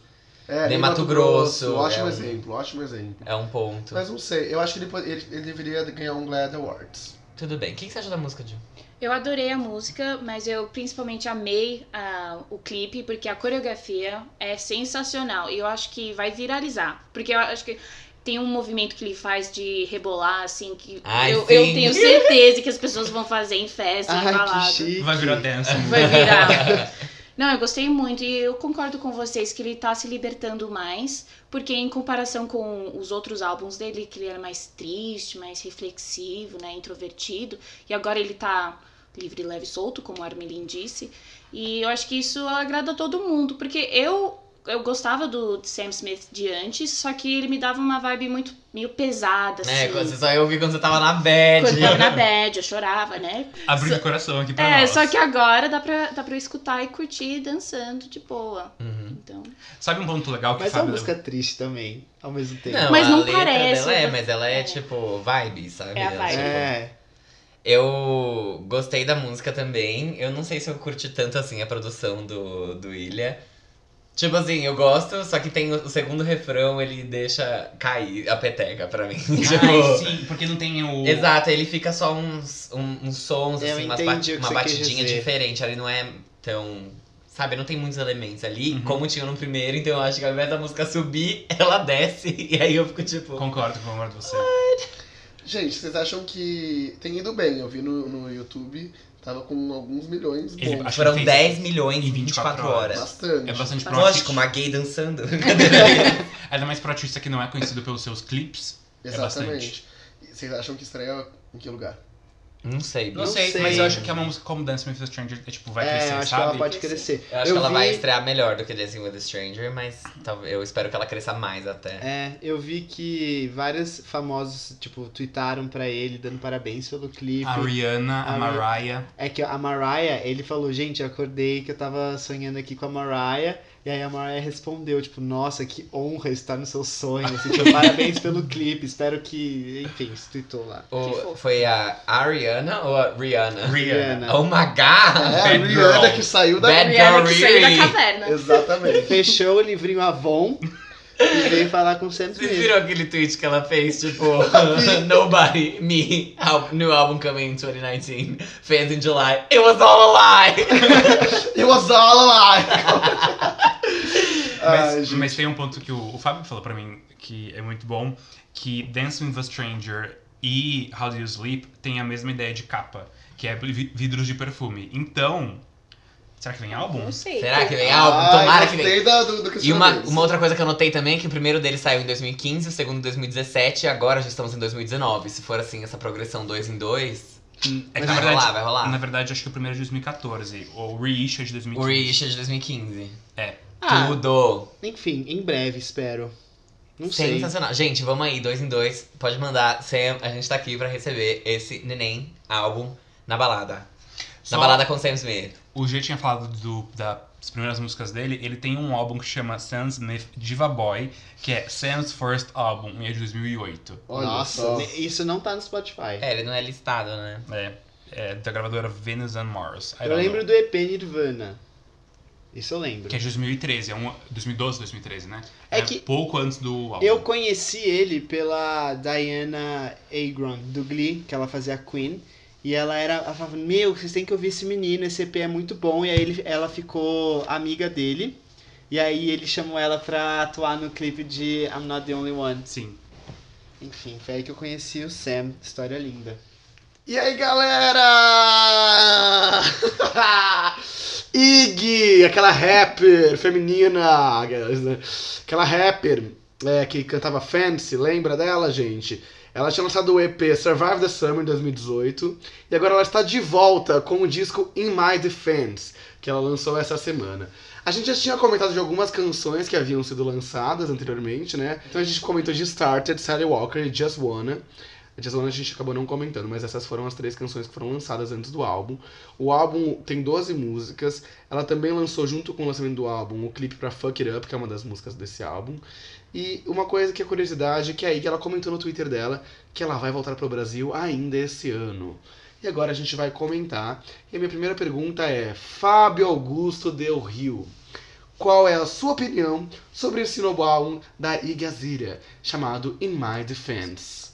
Speaker 5: É,
Speaker 3: nem
Speaker 5: nem
Speaker 3: Mato Grosso,
Speaker 5: Ótimo
Speaker 3: é um-
Speaker 5: exemplo, ótimo exemplo.
Speaker 3: É um ponto.
Speaker 5: Mas não sei, eu acho que ele, pode- ele, ele deveria ganhar um Glad Awards.
Speaker 3: Tudo bem. O que que você acha da música, Ju?
Speaker 1: Eu adorei a música, mas eu principalmente amei ah, o clipe, porque a coreografia é sensacional. E eu acho que vai viralizar. Porque eu acho que tem um movimento que ele faz de rebolar, assim, que
Speaker 3: Ai,
Speaker 1: eu, eu
Speaker 3: sim.
Speaker 1: tenho certeza que as pessoas vão fazer em festa, em
Speaker 4: Ai, que
Speaker 1: balada.
Speaker 4: chique.
Speaker 2: Vai virar dance. né?
Speaker 1: Vai virar. Não, eu gostei muito e eu concordo com vocês que ele tá se libertando mais, porque em comparação com os outros álbuns dele, que ele era mais triste, mais reflexivo, né, introvertido, e agora ele tá livre, leve e solto, como a Armelin disse, e eu acho que isso agrada a todo mundo, porque eu eu gostava do Sam Smith de antes, só que ele me dava uma vibe muito meio pesada, assim.
Speaker 3: É, quando você só eu ouvi quando você tava na bad.
Speaker 1: Quando eu tava na bad, eu chorava, né?
Speaker 2: Abrindo o coração aqui pra
Speaker 1: É,
Speaker 2: nós.
Speaker 1: só que agora dá pra, dá pra eu escutar e curtir dançando de boa.
Speaker 3: Uhum.
Speaker 1: Então.
Speaker 2: Sabe um ponto legal que o
Speaker 4: Mas é uma
Speaker 2: Fábio
Speaker 4: música triste também, ao mesmo tempo.
Speaker 3: Não,
Speaker 1: Mas
Speaker 3: a
Speaker 1: não
Speaker 3: letra
Speaker 1: parece,
Speaker 3: Dela é,
Speaker 1: né?
Speaker 3: mas ela é,
Speaker 1: É.
Speaker 3: tipo vibe, sabe?
Speaker 1: É a
Speaker 3: Ela,
Speaker 1: vibe.
Speaker 3: tipo,
Speaker 4: É.
Speaker 3: Eu gostei da música também. Eu não sei se eu curti tanto assim a produção do, do Ilha. Tipo assim, eu gosto, só que tem o, o segundo refrão, ele deixa cair a peteca pra mim.
Speaker 2: Ai,
Speaker 3: tipo,
Speaker 2: sim, porque não tem o.
Speaker 3: exato, ele fica só uns, um- uns sons,
Speaker 4: Eu
Speaker 3: assim, umas
Speaker 4: entendi o que
Speaker 3: uma
Speaker 4: você quis
Speaker 3: batidinha
Speaker 4: dizer.
Speaker 3: diferente. Ali não é tão. Sabe, não tem muitos elementos ali,
Speaker 2: Uhum.
Speaker 3: como tinha no primeiro, então eu acho que ao invés da música subir, ela desce. E aí eu fico tipo.
Speaker 2: Concordo, concordo com você.
Speaker 5: Gente, vocês acham que tem ido bem? Eu vi no, no YouTube, tava com alguns milhões.
Speaker 2: Ele-
Speaker 5: Bom,
Speaker 2: acho que
Speaker 3: Foram
Speaker 2: fez
Speaker 3: 10 milhões em
Speaker 2: 24
Speaker 3: 24
Speaker 2: horas.
Speaker 3: horas.
Speaker 5: bastante.
Speaker 2: É bastante pro
Speaker 3: Lógico,
Speaker 2: artista-
Speaker 3: uma gay dançando.
Speaker 2: Ainda mais pro artista que não é conhecido pelos seus clipes.
Speaker 5: Exatamente.
Speaker 2: bastante.
Speaker 5: Vocês acham que estreia em que lugar?
Speaker 3: Não sei,
Speaker 2: Não
Speaker 3: bicho.
Speaker 2: sei,
Speaker 4: sei.
Speaker 2: mas eu acho que é uma música como Dance with a Stranger, é, tipo, vai
Speaker 4: é,
Speaker 2: crescer,
Speaker 4: acho
Speaker 2: sabe?
Speaker 4: que ela pode
Speaker 1: Crescer.
Speaker 4: crescer.
Speaker 3: Eu acho que ela
Speaker 4: vi-
Speaker 3: vai estrear melhor do que Dancing with a Stranger, mas talvez- eu espero que ela cresça mais até.
Speaker 4: É, eu vi que vários famosos, tipo, tweetaram pra ele, dando parabéns pelo clipe.
Speaker 2: A Rihanna, a
Speaker 4: A
Speaker 2: Mariah.
Speaker 4: É que a Mariah, ele falou, gente, eu acordei que eu tava sonhando aqui com a Mariah. E aí a Mariah respondeu, tipo, nossa, que honra estar no seu sonho. Assim, tipo, parabéns pelo clipe, espero que. Enfim, se tweetou lá.
Speaker 3: Ou-
Speaker 1: fofo.
Speaker 3: foi a Ariana ou a Rihanna?
Speaker 2: Rihanna.
Speaker 3: Oh my god!
Speaker 5: É, a
Speaker 2: Bad
Speaker 5: Rihanna
Speaker 2: girl.
Speaker 5: que saiu da.
Speaker 3: Bad
Speaker 1: Rihanna que
Speaker 3: girl,
Speaker 1: saiu da
Speaker 3: Riri.
Speaker 1: caverna.
Speaker 5: Exatamente.
Speaker 4: Fechou o livrinho Avon e veio falar com o Sam
Speaker 3: Vocês
Speaker 4: Smith.
Speaker 3: viram aquele tweet que ela fez, tipo, Nobody, me, al- new album coming in 2019, fans in July, it was all a lie!
Speaker 5: It was all a lie.
Speaker 4: Ah,
Speaker 2: Mas,
Speaker 5: Ai, gente.
Speaker 2: mas tem um ponto que o, o Fábio falou pra mim que é muito bom, que Dancing with a Stranger e How Do You Sleep têm a mesma ideia de capa, que é vi- vidros de perfume. Então, será que vem álbum?
Speaker 1: Não sei.
Speaker 3: Será que é vem álbum?
Speaker 5: Ai,
Speaker 3: Tomara que vem.
Speaker 5: gostei da- do, do que
Speaker 3: E
Speaker 5: você
Speaker 3: uma,
Speaker 5: fez.
Speaker 3: uma outra coisa que eu notei também é que o primeiro dele saiu em 2015, o segundo em 2017 e agora já estamos em 2019. Se for assim, essa progressão dois em dois
Speaker 2: É que,
Speaker 3: vai
Speaker 2: na
Speaker 3: rolar,
Speaker 2: verdade,
Speaker 3: vai rolar.
Speaker 2: na verdade, acho que o primeiro é de 2014, ou Reissue é de
Speaker 3: O
Speaker 2: 2015.
Speaker 3: reissue é de 2015.
Speaker 4: Ah,
Speaker 3: Tudo!
Speaker 4: enfim, em breve, espero. Não sei.
Speaker 3: Sensacional. Gente, vamos aí, dois em dois. Pode mandar. Sam, a gente tá aqui pra receber esse neném álbum na balada.
Speaker 2: Só-
Speaker 3: Na balada com Sam Smith.
Speaker 2: O G tinha falado do- das primeiras músicas dele, ele tem um álbum que chama Sam Smith Diva Boy, que é Sam's First Album, e é de 2008.
Speaker 5: Olha
Speaker 4: Nossa,
Speaker 5: só.
Speaker 4: isso não tá no Spotify.
Speaker 3: É, ele não é listado, né?
Speaker 2: É, é da gravadora Venus and Mars. I
Speaker 4: eu
Speaker 2: don't
Speaker 4: lembro
Speaker 2: know.
Speaker 4: do EP Nirvana. Isso eu lembro.
Speaker 2: Que é de 2013, é um, 2012, 2013, né?
Speaker 4: É que-
Speaker 2: pouco antes do álbum.
Speaker 4: Eu conheci ele pela Diana Agron, do Glee, que ela fazia Queen. E ela era. Ela falava, meu, vocês têm que ouvir esse menino, esse EP é muito bom. E aí ele, ela ficou amiga dele. E aí ele chamou ela pra atuar no clipe de I'm Not the Only One.
Speaker 2: Sim.
Speaker 4: Enfim, foi aí que eu conheci o Sam. História linda.
Speaker 5: E aí, galera! Iggy, aquela rapper feminina, né? aquela rapper é, que cantava Fancy, lembra dela, gente? Ela tinha lançado o EP Survive the Summer em 2018 e agora ela está de volta com o disco In My Defense, que ela lançou essa semana. A gente já tinha comentado de algumas canções que haviam sido lançadas anteriormente, né? Então a gente comentou de Started, Sally Walker e Just Wanna. A Just Wanna a gente acabou não comentando, mas essas foram as três canções que foram lançadas antes do álbum. O álbum tem 12 músicas. Ela também lançou, junto com o lançamento do álbum, o clipe pra Fuck It Up, que é uma das músicas desse álbum. E uma coisa que é curiosidade é que aí ela comentou no Twitter dela que ela vai voltar pro Brasil ainda esse ano. E agora a gente vai comentar. E a minha primeira pergunta é: Fábio Augusto Del Rio. Qual é a sua opinião sobre esse novo álbum da Iggy Azalea, chamado In My Defense?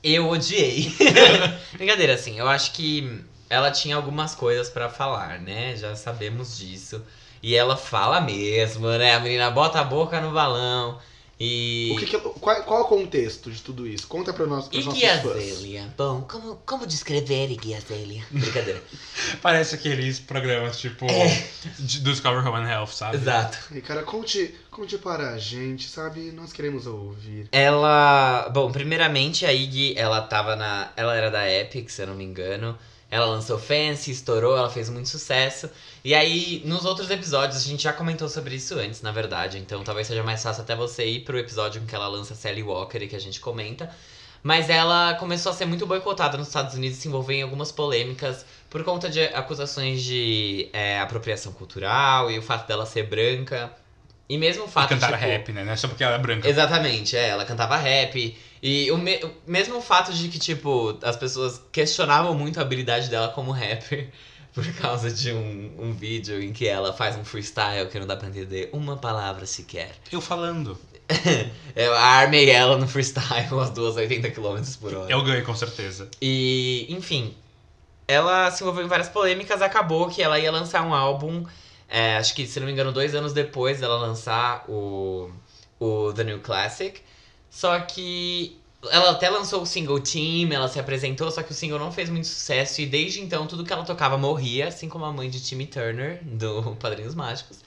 Speaker 3: Eu odiei. Brincadeira, assim, eu acho que ela tinha algumas coisas pra falar, né? Já sabemos disso. E ela fala mesmo, né? A menina bota a boca no balão. E.
Speaker 5: O que que- qual, qual é o contexto de tudo isso? Conta pra nós, pros nossos
Speaker 3: Iggy
Speaker 5: fãs.
Speaker 3: Azalea. Bom, como, como descrever Iggy Azalea? Brincadeira.
Speaker 2: Parece aqueles programas, tipo, de- do Discover Human Health, sabe?
Speaker 3: É. Exato.
Speaker 5: E, cara, conte, conte para a gente, sabe? Nós queremos ouvir.
Speaker 3: Ela. Bom, primeiramente a Iggy, ela tava na. Ela era da Epic, se eu não me engano. Ela lançou Fancy, estourou, ela fez muito sucesso. E aí, nos outros episódios, a gente já comentou sobre isso antes, na verdade. Então talvez seja mais fácil até você ir pro episódio em que ela lança Sally Walker e que a gente comenta. Mas ela começou a ser muito boicotada nos Estados Unidos e se envolver em algumas polêmicas por conta de acusações de é, apropriação cultural e o fato dela ser branca. E mesmo o
Speaker 2: E
Speaker 3: fato
Speaker 2: cantar
Speaker 3: tipo,
Speaker 2: rap, né? Não é só porque ela é branca.
Speaker 3: Exatamente, é, ela cantava rap. E o, me- o mesmo fato de que, tipo, as pessoas questionavam muito a habilidade dela como rapper por causa de um, um vídeo em que ela faz um freestyle que não dá pra entender uma palavra sequer.
Speaker 2: Eu falando.
Speaker 3: Eu armei ela no freestyle umas duas 80 km por hora.
Speaker 2: Eu ganho, É com certeza.
Speaker 3: E, enfim, ela se envolveu em várias polêmicas, acabou que ela ia lançar um álbum, é, acho que, se não me engano, dois anos depois dela lançar o, o The New Classic. Só que ela até lançou o single Team, ela se apresentou, só que o single não fez muito sucesso e desde então tudo que ela tocava morria, assim como a mãe de Timmy Turner, do Padrinhos Mágicos.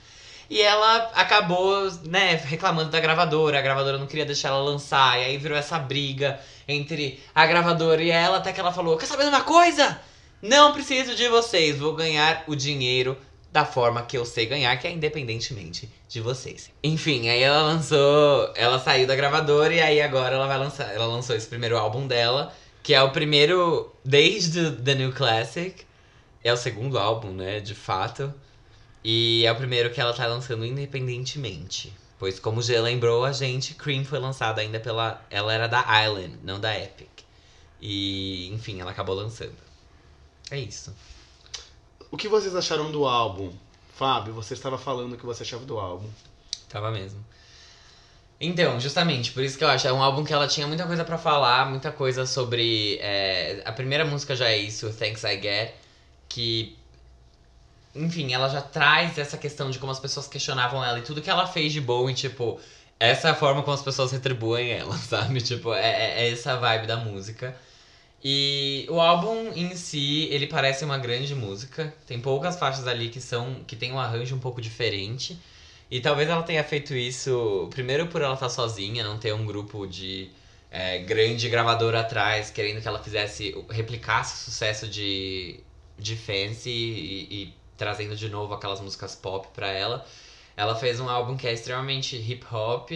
Speaker 3: E ela acabou, né, reclamando da gravadora, a gravadora não queria deixar ela lançar, e aí virou essa briga entre a gravadora e ela, até que ela falou: Quer saber de uma coisa? Não preciso de vocês, vou ganhar o dinheiro da forma que eu sei ganhar, que é independentemente de vocês. Enfim, aí ela lançou, ela saiu da gravadora e aí agora ela vai lançar, ela lançou esse primeiro álbum dela, que é o primeiro desde The New Classic, é o segundo álbum, né, de fato. E é o primeiro que ela tá lançando independentemente. Pois como já lembrou a gente, Cream foi lançada ainda pela. Ela era da Island, não da Epic. E, enfim, ela acabou lançando. É isso.
Speaker 5: O que vocês acharam do álbum? Fábio, você estava falando o que você achava do álbum.
Speaker 3: Tava mesmo. Então, justamente, por isso que eu acho, é um álbum que ela tinha muita coisa pra falar, muita coisa sobre. é, a primeira música já é isso, Thanks I Get, que. Enfim, ela já traz essa questão de como as pessoas questionavam ela e tudo que ela fez de bom e, tipo, essa é a forma como as pessoas retribuem ela, sabe? Tipo, é, é- é essa a vibe da música. E o álbum em si, ele parece uma grande música. Tem poucas faixas ali que são. que tem um arranjo um pouco diferente. E talvez ela tenha feito isso, primeiro por ela estar sozinha, não ter um grupo de é, grande gravadora atrás, querendo que ela fizesse, replicasse o sucesso de, de Fancy e, e trazendo de novo aquelas músicas pop pra ela. Ela fez um álbum que é extremamente hip hop,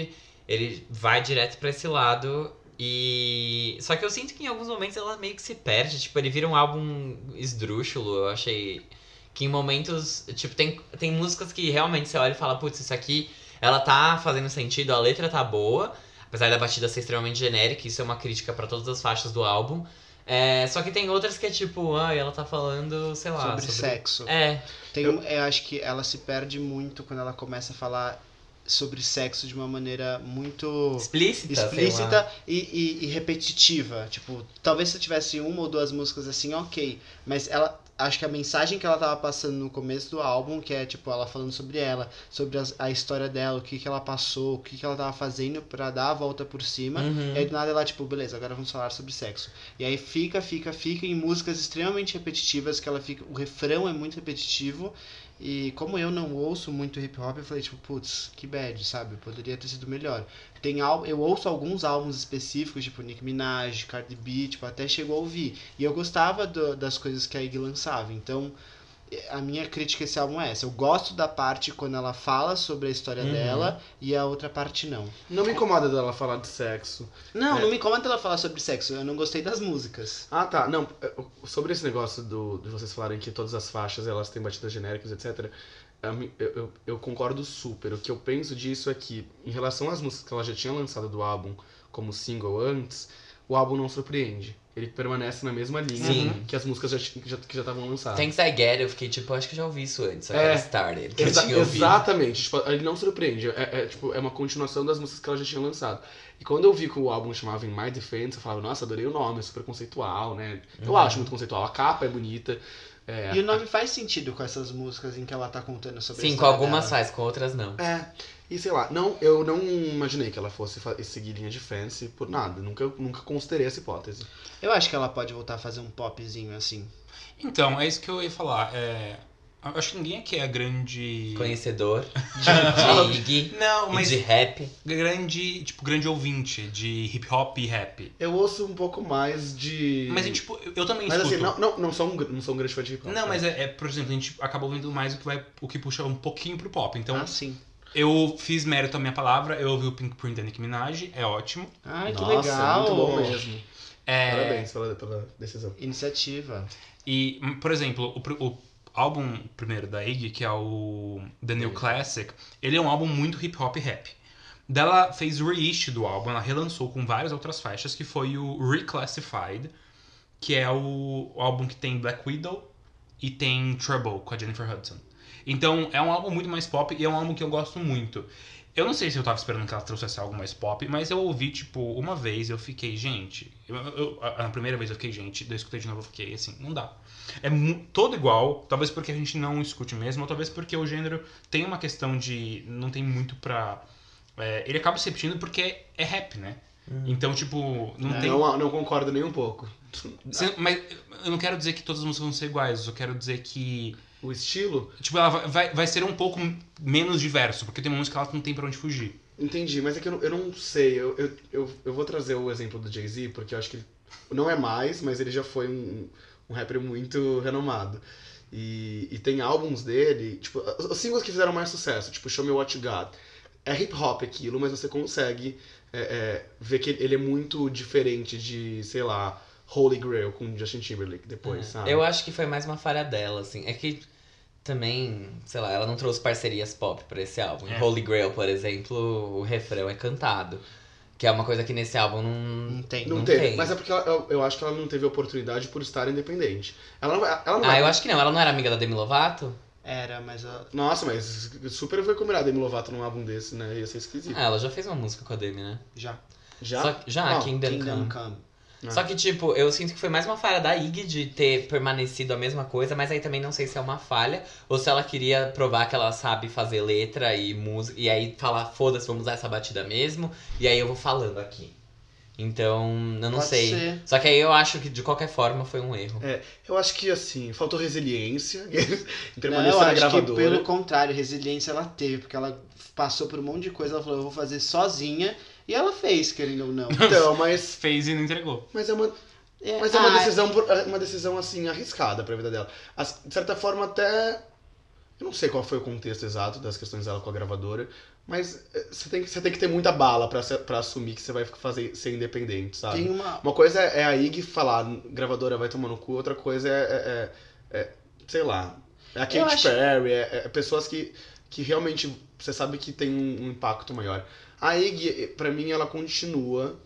Speaker 3: ele vai direto pra esse lado. E. Só que eu sinto que em alguns momentos ela meio que se perde, tipo, ele vira um álbum esdrúxulo, eu achei que em momentos, tipo, tem, tem músicas que realmente você olha e fala, putz, isso aqui, ela tá fazendo sentido, a letra tá boa, apesar da batida ser extremamente genérica, isso é uma crítica pra todas as faixas do álbum. É, só que tem outras que é tipo, ai, ela tá falando, sei lá,
Speaker 4: sobre, sexo.
Speaker 3: É,
Speaker 4: Tem, eu... eu acho que ela se perde muito quando ela começa a falar sobre sexo de uma maneira muito
Speaker 3: explícita, sei lá.
Speaker 4: explícita e, e- e repetitiva. Tipo, talvez se eu tivesse uma ou duas músicas assim, ok. Mas ela. Acho que a mensagem que ela tava passando no começo do álbum, que é tipo ela falando sobre ela, sobre as- a, história dela, o que, que ela passou, o que, que ela tava fazendo pra dar a volta por cima.
Speaker 3: Uhum.
Speaker 4: E aí do nada ela, tipo, beleza, agora vamos falar sobre sexo. E aí fica, fica, fica em músicas extremamente repetitivas, que ela fica. O refrão é muito repetitivo. E como eu não ouço muito hip hop, eu falei, tipo, putz, que bad, sabe? Poderia ter sido melhor. Tem al... Eu ouço alguns álbuns específicos, tipo Nick Minaj, Cardi B, tipo, até chegou a ouvir. E eu gostava do- das coisas que a Iggy lançava. Então, eh, a minha crítica a esse álbum é essa. Eu gosto da parte quando ela fala sobre a história
Speaker 3: Uhum.
Speaker 4: dela e a outra parte não.
Speaker 5: Não me incomoda dela falar de sexo.
Speaker 4: Não,
Speaker 5: É.
Speaker 4: não me conta ela falar sobre sexo. Eu não gostei das músicas.
Speaker 5: Ah, tá. Não, é, sobre esse negócio do, de vocês falarem que todas as faixas elas têm batidas genéricas, etc. a mi- Eu, eu- eu concordo super. O que eu penso disso é que, em relação às músicas que ela já tinha lançado do álbum como single antes, o álbum não surpreende. Ele permanece na mesma linha
Speaker 3: Sim.
Speaker 5: que as músicas já ti- que já que já estavam lançadas.
Speaker 3: Thanks I Get, eu fiquei tipo, acho que eu já ouvi isso antes, só que
Speaker 5: É.
Speaker 3: era Started, que
Speaker 5: Exa-
Speaker 3: eu tinha ouvido.
Speaker 5: Exatamente, tipo, ele não surpreende. É, é, tipo, é uma continuação das músicas que ela já tinha lançado. E quando eu vi que o álbum chamava In My Defense, eu falava, nossa, adorei o nome, é super conceitual, né? Eu
Speaker 3: Uhum.
Speaker 5: acho muito conceitual. A capa é bonita. é,
Speaker 4: E o nome faz sentido com essas músicas em que ela tá contando sobre a
Speaker 3: Sim, com
Speaker 4: história
Speaker 3: algumas
Speaker 4: dela.
Speaker 3: faz, com outras não.
Speaker 5: É, e sei lá, não, eu não imaginei que ela fosse fa- seguir linha de Fancy por nada. Nunca, nunca considerei essa hipótese.
Speaker 4: Eu acho que ela pode voltar a fazer um popzinho assim.
Speaker 2: Então, é isso que eu ia falar. É... eu Acho que ninguém aqui é grande.
Speaker 3: Conhecedor de, de Iggy
Speaker 2: Não,
Speaker 3: e
Speaker 2: mas
Speaker 3: de rap.
Speaker 2: grande, tipo, grande ouvinte de hip hop e rap.
Speaker 5: Eu ouço um pouco mais de.
Speaker 2: Mas, é, tipo, eu também
Speaker 5: Mas
Speaker 2: escuto.
Speaker 5: assim, não, não, não, sou um, gr- não sou um grande fã de hip hop.
Speaker 2: Não, mas é, é, por exemplo, a gente acaba ouvindo mais o que vai, o que puxa um pouquinho pro pop. Então,
Speaker 4: ah, sim.
Speaker 2: eu fiz mérito à minha palavra, eu ouvi o Pink Print da Nicki Minaj, é ótimo.
Speaker 4: Ai, que
Speaker 5: Nossa,
Speaker 4: legal.
Speaker 5: Muito bom mesmo.
Speaker 2: É,
Speaker 5: Parabéns pela, pela decisão.
Speaker 4: Iniciativa.
Speaker 2: E, hum, por exemplo, o, pr- o álbum primeiro da Iggy, que é o The New Classic, ele é um álbum muito hip hop e rap. Dela fez o reissue do álbum, ela relançou com várias outras faixas, que foi o Reclassified, que é o, o álbum que tem Black Widow e tem Trouble com a Jennifer Hudson. Então é um álbum muito mais pop e é um álbum que eu gosto muito. Eu não sei se eu tava esperando que ela trouxesse algo mais pop, mas eu ouvi, tipo, uma vez eu fiquei, gente. Eu, eu- a, a primeira vez eu fiquei, gente, daí eu escutei de novo eu fiquei assim, não dá. É mu- todo igual, talvez porque a gente não escute mesmo, ou talvez porque o gênero tem uma questão de. não tem muito pra. é, ele acaba se repetindo porque é rap, né? Então, tipo, não tem.
Speaker 5: É. Não, não concordo nem um pouco.
Speaker 2: Cê- mas eu não quero dizer que todas as músicas vão ser iguais, eu só quero dizer que
Speaker 5: o estilo.
Speaker 2: Tipo, ela vai- vai, vai ser um pouco menos diverso, porque tem momentos que ela não tem pra onde fugir.
Speaker 5: Entendi, mas é que eu não, eu não sei. Eu, eu, eu, eu vou trazer o exemplo do Jay-Z, porque eu acho que ele não é mais, mas ele já foi um, um rapper muito renomado. E, e tem álbuns dele, tipo, os os singles que fizeram mais sucesso, tipo Show Me What You Got. É hip hop aquilo, mas você consegue é, é, ver que ele é muito diferente de, sei lá, Holy Grail com Justin Timberlake depois, sabe?
Speaker 3: É. Eu acho que foi mais uma falha dela, assim. É que também, sei lá, ela não trouxe parcerias pop pra esse álbum. Em
Speaker 2: É.
Speaker 3: Holy Grail, por exemplo, o refrão é cantado. Que é uma coisa que nesse álbum não.
Speaker 4: Não tem.
Speaker 5: Não,
Speaker 3: Não
Speaker 5: teve,
Speaker 3: tem.
Speaker 5: mas é porque ela- eu, eu acho que ela não teve oportunidade por estar independente. Ela não, ela não
Speaker 3: Ah, eu acho que não. Ela não era amiga da Demi Lovato?
Speaker 4: Era, mas ela.
Speaker 5: Nossa, mas super foi combinar Demi Lovato num álbum desse, né? Ia ser esquisito.
Speaker 3: Ah, ela já fez uma música com a Demi, né?
Speaker 4: Já.
Speaker 5: Já?
Speaker 3: Só que- já,
Speaker 5: Não,
Speaker 3: Kingdom, Come.
Speaker 4: Kingdom Come.
Speaker 5: Ah.
Speaker 3: Só que, tipo, eu sinto que foi mais uma falha da Ig de ter permanecido a mesma coisa, mas aí também não sei se é uma falha ou se ela queria provar que ela sabe fazer letra e música, e aí falar, foda-se, vamos usar essa batida mesmo, e aí eu vou falando aqui. Então, eu não
Speaker 4: Pode
Speaker 3: sei.
Speaker 4: ser.
Speaker 3: Só que aí eu acho que de qualquer forma foi um erro.
Speaker 5: Eu acho que, assim, faltou resiliência em
Speaker 4: Não,
Speaker 5: permanecer
Speaker 4: eu
Speaker 5: na
Speaker 4: acho que
Speaker 5: gravadora.
Speaker 4: pelo contrário, resiliência ela teve, porque ela passou por um monte de coisa, ela falou, eu vou fazer sozinha, e ela fez, querendo ou não.
Speaker 5: Então, mas,
Speaker 2: Fez e não entregou.
Speaker 5: mas é uma,
Speaker 4: É,
Speaker 5: mas é uma
Speaker 4: ah,
Speaker 5: decisão, por- é uma decisão, assim, arriscada pra vida dela. As- de certa forma, até... Eu não sei qual foi o contexto exato das questões dela com a gravadora, mas eh, você tem, que- você tem que ter muita bala pra, se- pra assumir que você vai fazer, ser independente, sabe?
Speaker 4: Tem uma.
Speaker 5: Uma coisa é a IG falar, gravadora vai tomar no cu, outra coisa é, é- é- é, sei lá, é a Katy
Speaker 4: Eu acho-
Speaker 5: Perry, é, é pessoas que, que realmente você sabe que tem um, um impacto maior. A IG, pra mim, ela continua,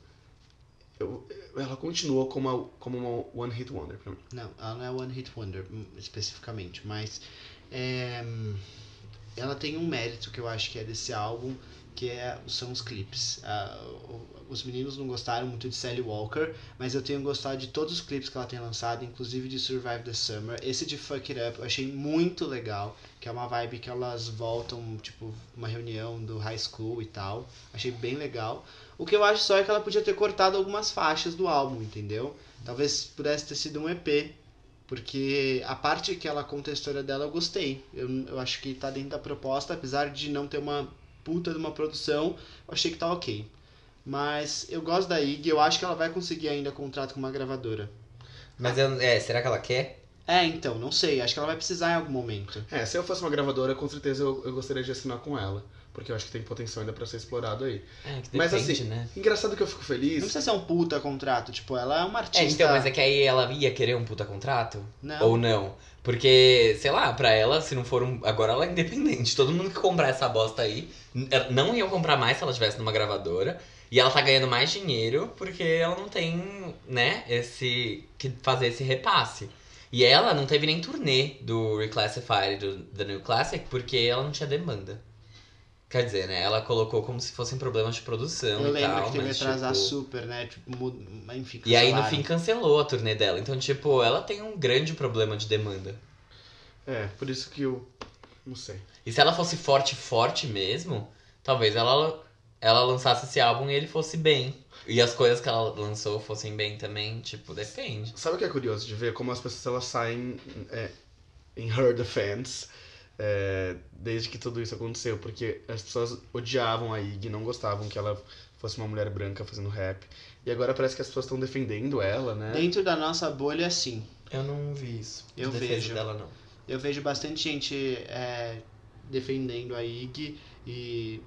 Speaker 5: eu- ela continua como, a- como uma One Hit Wonder pra mim.
Speaker 4: Não, ela não é One Hit Wonder hum, especificamente, mas. é, hum, ela tem um mérito que eu acho que é desse álbum, que é, são os clipes. Ah, o- os meninos não gostaram muito de Sally Walker, mas eu tenho gostado de todos os clipes que ela tem lançado, inclusive de Survive the Summer. Esse de Fuck It Up eu achei muito legal, que é uma vibe que elas voltam, tipo, uma reunião do high school e tal. Achei bem legal. O que eu acho só é que ela podia ter cortado algumas faixas do álbum, entendeu? Talvez pudesse ter sido um EP. Porque a parte que ela conta a história dela eu gostei. Eu, eu acho que tá dentro da proposta, apesar de não ter uma puta de uma produção, eu achei que tá ok. Mas eu gosto da Ig, eu acho que ela vai conseguir ainda contrato com uma gravadora.
Speaker 3: Mas eu, é, será que ela quer?
Speaker 4: É, então, não sei, acho que ela vai precisar em algum momento.
Speaker 5: É, se eu fosse uma gravadora, com certeza eu, eu gostaria de assinar com ela, porque eu acho que tem potencial ainda pra ser explorado aí.
Speaker 3: É, que depende,
Speaker 5: Mas assim-
Speaker 3: né?
Speaker 5: Engraçado que eu fico
Speaker 4: Não
Speaker 5: feliz,
Speaker 4: precisa ser um puta contrato, tipo, ela é uma artista. né?
Speaker 3: É, então, mas é que aí ela ia querer um puta contrato?
Speaker 4: Não.
Speaker 3: Ou não? Porque, sei lá, pra ela, se não for um. Agora ela é independente. Todo mundo que comprar essa bosta aí n- ela- não ia comprar mais se ela estivesse numa gravadora. E ela tá ganhando mais dinheiro porque ela não tem, né, esse. que fazer esse repasse. E ela não teve nem turnê do Reclassified do The New Classic porque ela não tinha demanda. Quer dizer, né? Ela colocou como se fossem problemas de produção
Speaker 4: Eu
Speaker 3: e
Speaker 4: lembro
Speaker 3: tal.
Speaker 4: que teve
Speaker 3: mas,
Speaker 4: atrasar
Speaker 3: tipo...
Speaker 4: super, né? Tipo, mu- enfim,
Speaker 3: E aí, no
Speaker 4: cancelaram.
Speaker 3: fim, cancelou a turnê dela. Então, tipo, ela tem um grande problema de demanda.
Speaker 5: é, por isso que eu, não sei.
Speaker 3: E se ela fosse forte, forte mesmo, talvez ela, ela lançasse esse álbum e ele fosse bem. E as coisas que ela lançou fossem bem também, tipo, depende.
Speaker 5: Sabe o que é curioso de ver? Como as pessoas elas saem é, em her defense é, desde que tudo isso aconteceu. Porque as pessoas odiavam a Iggy, não gostavam que ela fosse uma mulher branca fazendo rap. E agora parece que as pessoas estão defendendo ela, né?
Speaker 4: Dentro da nossa bolha, sim.
Speaker 3: Eu não vi isso.
Speaker 4: Eu
Speaker 3: defesa
Speaker 4: vejo.
Speaker 3: dela, não.
Speaker 4: Eu vejo bastante gente é, defendendo a IG e.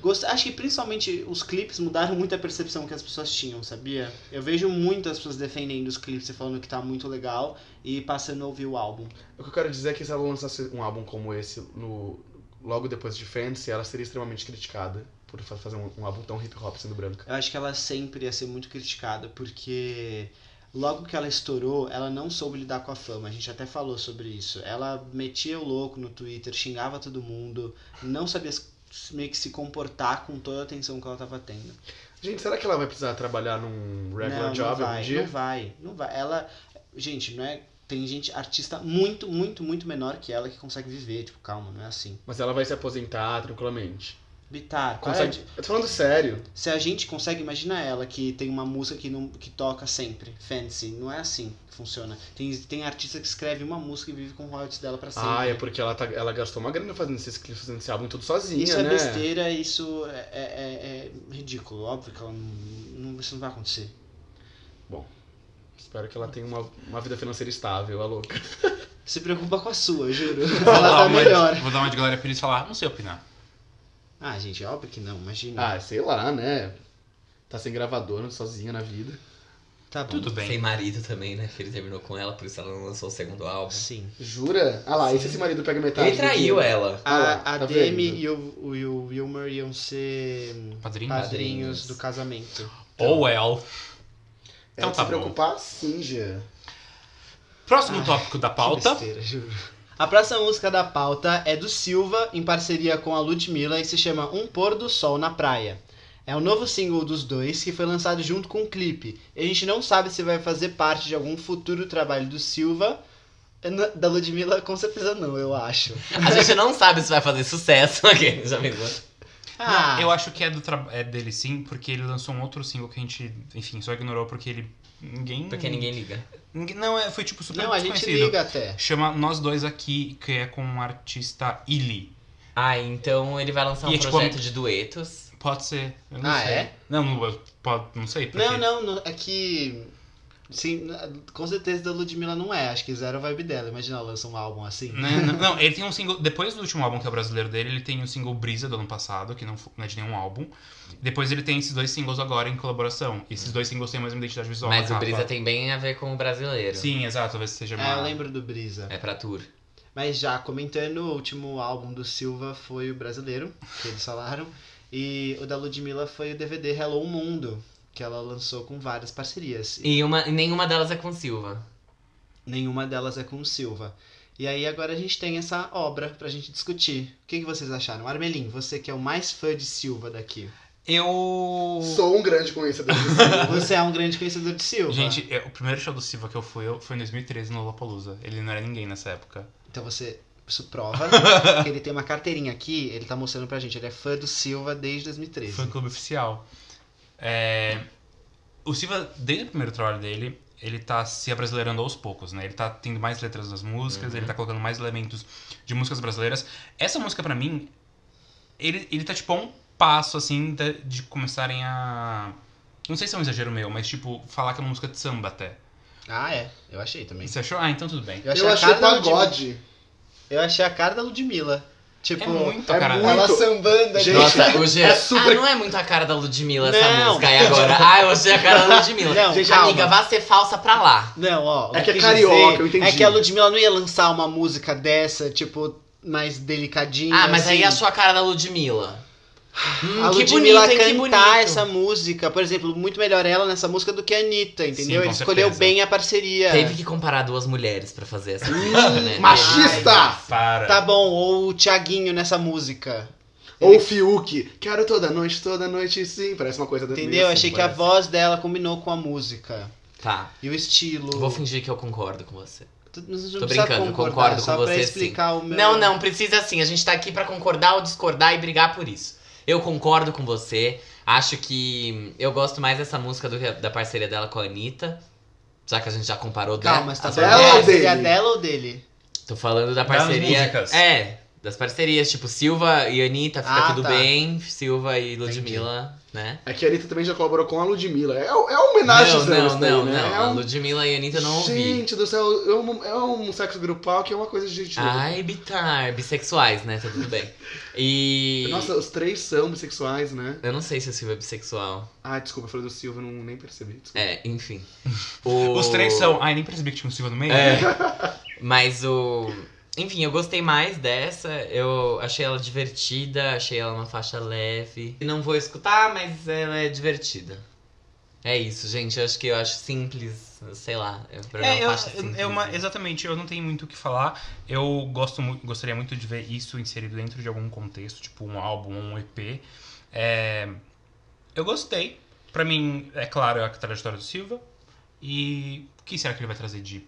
Speaker 4: Gost... Acho que principalmente os clipes mudaram muito a percepção que as pessoas tinham, sabia? Eu vejo muitas pessoas defendendo os clipes e falando que tá muito legal e passando a ouvir o álbum.
Speaker 5: O que eu quero dizer é que se ela lançasse um álbum como esse no, logo depois de Fancy, ela seria extremamente criticada por fa- fazer um, um álbum tão hip hop sendo branca.
Speaker 4: Eu acho que ela sempre ia ser muito criticada, porque logo que ela estourou, ela não soube lidar com a fama. A gente até falou sobre isso. Ela metia o louco no Twitter, xingava todo mundo, não sabia se- meio que se comportar com toda a atenção que ela tava tendo.
Speaker 5: Gente, será que ela vai precisar trabalhar num regular
Speaker 4: não,
Speaker 5: job
Speaker 4: não
Speaker 5: algum
Speaker 4: vai,
Speaker 5: dia?
Speaker 4: Não vai, não vai. Ela. Gente, não é. Tem gente, artista muito, muito, muito menor que ela que consegue viver. Tipo, calma, não é assim.
Speaker 5: Mas ela vai se aposentar
Speaker 7: Ah,
Speaker 5: tranquilamente.
Speaker 7: é?
Speaker 4: Bitar,
Speaker 5: Consegue...
Speaker 4: para de-
Speaker 5: Eu tô falando sério.
Speaker 4: é? Se a gente consegue, imagina ela que tem uma música que, não, que toca sempre, fancy. Não é assim que funciona. Tem, tem artista que escreve uma música e vive com royalties dela pra sempre.
Speaker 7: Ah, é porque ela, tá, ela gastou uma grana fazendo esses clipes, fazendo esse álbum tudo sozinha,
Speaker 4: Isso é
Speaker 7: né?
Speaker 4: besteira, isso é, é- é- é ridículo. Óbvio que ela não, não- isso não vai acontecer.
Speaker 7: Espero que ela tenha uma, uma vida financeira estável, a louca.
Speaker 4: Se preocupa com a sua, juro.
Speaker 2: Vou
Speaker 4: Ela
Speaker 2: dar,
Speaker 4: tá
Speaker 2: uma de,
Speaker 4: melhor.
Speaker 2: vou dar uma de Glória Pires e falar, não sei opinar.
Speaker 4: Ah, gente, óbvio que não, imagina.
Speaker 7: Ah, sei lá, né? Tá sem gravador, sozinha na vida.
Speaker 4: tá bom.
Speaker 2: Tudo
Speaker 3: Sem
Speaker 2: bem.
Speaker 3: marido também, né? Ele terminou com ela, por isso ela não lançou o segundo álbum.
Speaker 4: Sim.
Speaker 7: Jura? Ah lá, e se esse marido pega metade?
Speaker 3: Ele traiu
Speaker 7: é.
Speaker 3: ela.
Speaker 7: Ah lá,
Speaker 4: A, a
Speaker 7: tá
Speaker 4: Demi
Speaker 7: vendo?
Speaker 4: e o, o, e o Wilmer iam ser
Speaker 2: Padrinho?
Speaker 4: padrinhos do casamento.
Speaker 2: Oh well. Então
Speaker 5: Então
Speaker 2: tá
Speaker 5: se
Speaker 2: bom.
Speaker 5: preocupar,
Speaker 7: assim,
Speaker 5: cinja.
Speaker 2: Próximo
Speaker 4: Ai,
Speaker 2: tópico da
Speaker 4: Que
Speaker 2: pauta.
Speaker 4: besteira, juro. A próxima música da pauta é do Silva, em parceria com a Ludmilla, e se chama Um Pôr do Sol na Praia. É o novo single dos dois que foi lançado junto com o clipe. E a gente não sabe se vai fazer parte de algum futuro trabalho do Silva. Na- Da Ludmilla, com certeza não, eu acho.
Speaker 3: A gente não sabe se vai fazer sucesso. Ok, já pensou?
Speaker 4: Ah,
Speaker 2: Eu acho que é, do tra- é dele sim, porque ele lançou um outro single que a gente, enfim, só ignorou porque ele. Ninguém.
Speaker 3: Porque ninguém liga.
Speaker 2: ninguém- Não, é, foi tipo super
Speaker 4: não, a gente
Speaker 2: desconhecido.
Speaker 4: liga até.
Speaker 2: Chama Nós Dois Aqui, que é com o artista Illy.
Speaker 3: Ah, então ele vai lançar
Speaker 2: E
Speaker 3: um
Speaker 2: é tipo
Speaker 3: projeto de duetos.
Speaker 2: Pode ser. Eu não
Speaker 4: Ah,
Speaker 2: sei.
Speaker 4: é?
Speaker 2: Não, não, eu- pode, não sei. Porque...
Speaker 4: Não, não, não, é que. Sim, com certeza da Ludmilla não é. Acho que zero vibe dela. Imagina, ela lança um álbum assim.
Speaker 2: Né, Não, não, ele tem um single. Depois do último álbum, que é o brasileiro dele, ele tem o single Brisa do ano passado, que não, fo- não é de nenhum álbum. Depois ele tem esses dois singles agora em colaboração. E esses dois singles têm a mesma identidade visual.
Speaker 3: Mas
Speaker 2: na
Speaker 3: o
Speaker 2: capa.
Speaker 3: Brisa tem bem a ver com o brasileiro.
Speaker 2: Sim, exato, talvez seja
Speaker 4: É,
Speaker 2: uma.
Speaker 4: eu lembro do Brisa.
Speaker 3: É pra tour.
Speaker 4: Mas já comentando, o último álbum do Silva foi o brasileiro, que eles falaram. E o da Ludmilla foi o DVD Hello Mundo, que ela lançou com várias parcerias. E
Speaker 3: E uma, e nenhuma delas é com Silva.
Speaker 4: nenhuma delas é com o Silva. E aí agora a gente tem essa obra pra gente discutir. O que, que vocês acharam? Armelin, você que é o mais fã de Silva daqui.
Speaker 2: Eu.
Speaker 5: Sou um grande conhecedor disso.
Speaker 4: Você é um grande conhecedor de Silva.
Speaker 2: Gente, é, o primeiro show do Silva que eu fui eu- foi em 2013 no Lollapalooza. Ele não era ninguém nessa época.
Speaker 4: Então você. Isso prova que ele tem uma carteirinha aqui, ele tá mostrando pra gente. Ele é fã do Silva desde 2013.
Speaker 2: Foi um clube oficial. É, O Silva, desde o primeiro trabalho dele, ele tá se abrasileirando aos poucos, né? Ele tá tendo mais letras das músicas, ele tá colocando mais elementos de músicas brasileiras. Essa música, pra mim, ele, ele tá tipo a um passo, assim, de, de começarem a. Não sei se é um exagero meu, mas tipo, falar que é uma música de samba até.
Speaker 4: Ah, é. Eu achei também.
Speaker 2: Você achou? Ah, então tudo bem.
Speaker 5: Eu achei
Speaker 4: cara da Ludmilla.
Speaker 5: pagode.
Speaker 4: Eu achei a cara da Ludmilla. Tipo,
Speaker 2: É muito,
Speaker 5: é
Speaker 2: cara.
Speaker 5: muito.
Speaker 4: ela sambando ali.
Speaker 5: Gente,
Speaker 3: Nossa, o Gê.
Speaker 5: é super-
Speaker 3: Ah, não é muito a cara da Ludmilla essa
Speaker 4: Não.
Speaker 3: música. E agora? Ah, eu achei a cara da Ludmilla.
Speaker 4: Não,
Speaker 3: Gente,
Speaker 4: calma.
Speaker 3: amiga, vá ser falsa pra lá.
Speaker 4: Não, ó. o
Speaker 5: É que é
Speaker 4: eu quis
Speaker 5: carioca,
Speaker 4: dizer
Speaker 5: eu entendi.
Speaker 4: É que a Ludmilla não ia lançar uma música dessa, tipo, mais delicadinha.
Speaker 3: Ah, mas
Speaker 4: assim.
Speaker 3: aí achou a cara da Ludmilla. Hum,
Speaker 4: A
Speaker 3: que
Speaker 4: Ludmilla
Speaker 3: bonito, hein? Que bonito.
Speaker 4: cantar essa música, por exemplo, muito melhor ela nessa música do que a Anitta, entendeu?
Speaker 2: com
Speaker 4: Ele escolheu
Speaker 2: certeza.
Speaker 4: bem a parceria.
Speaker 3: Teve que comparar duas mulheres pra fazer essa música, né?
Speaker 5: Machista!
Speaker 2: Para.
Speaker 4: Tá bom, ou o Thiaguinho nessa música.
Speaker 5: Ou Fiuk. Quero toda noite, toda noite, sim. Parece uma coisa da
Speaker 4: Entendeu?
Speaker 5: meio
Speaker 4: Achei
Speaker 5: assim,
Speaker 4: que a
Speaker 5: parece.
Speaker 4: voz dela combinou com a música.
Speaker 3: Tá.
Speaker 4: E o estilo.
Speaker 3: Vou fingir que eu concordo com você.
Speaker 4: Tu- não precisa
Speaker 3: Tô brincando, eu
Speaker 4: concordar,
Speaker 3: concordo
Speaker 4: só
Speaker 3: com
Speaker 4: pra
Speaker 3: você,
Speaker 4: explicar o meu.
Speaker 3: Não, não, precisa assim. A gente tá aqui pra concordar ou discordar e brigar por isso. Eu concordo com você. Acho que eu gosto mais dessa música do que da parceria dela com a Anitta. Já que a gente já comparou da-
Speaker 4: Calma, você tá
Speaker 3: as
Speaker 4: falando
Speaker 5: dela
Speaker 4: da
Speaker 5: ou
Speaker 3: mulheres.
Speaker 4: parceria
Speaker 5: dele?
Speaker 4: dela ou dele?
Speaker 3: Tô falando da
Speaker 2: Das
Speaker 3: parceria.
Speaker 2: músicas.
Speaker 3: é, das parcerias, tipo Silva e Anitta, fica
Speaker 4: Ah,
Speaker 3: tudo
Speaker 4: tá.
Speaker 3: bem. Silva e Ludmilla, né?
Speaker 5: É que a Anitta também já colaborou com a Ludmilla. É, é uma homenagem
Speaker 3: não,
Speaker 5: aos anos
Speaker 3: não,
Speaker 5: daí,
Speaker 3: não,
Speaker 5: né?
Speaker 3: não.
Speaker 5: É
Speaker 3: A
Speaker 5: um-
Speaker 3: Ludmilla e a Anitta eu não ouvi.
Speaker 5: Gente do céu, é um, é um sexo grupal que é uma coisa de gente.
Speaker 3: Ai, Bitar, bissexuais, né? Tá tudo bem. E.
Speaker 5: Nossa, os três são bissexuais, né?
Speaker 3: Eu não sei se o Silva é bissexual.
Speaker 5: Ah, desculpa, eu falei do Silva, eu não nem percebi. desculpa.
Speaker 3: É, enfim. O-
Speaker 2: Os três são. Ai, nem percebi que tinha um Silva no meio.
Speaker 3: É. Mas o. Enfim, eu gostei mais dessa. Eu achei ela divertida, achei ela uma faixa leve. Não vou escutar, mas ela é divertida. É isso, gente. Eu acho que eu acho simples, sei lá. É, pra mim
Speaker 2: É,
Speaker 3: uma
Speaker 2: eu-
Speaker 3: faixa
Speaker 2: eu-
Speaker 3: simples,
Speaker 2: é uma-
Speaker 3: né?
Speaker 2: exatamente, eu não tenho muito o que falar. Eu gosto, mu- gostaria muito de ver isso inserido dentro de algum contexto, tipo um álbum, um EP. É, eu gostei. Pra mim, é claro, é a trajetória do Silva. E o que será que ele vai trazer de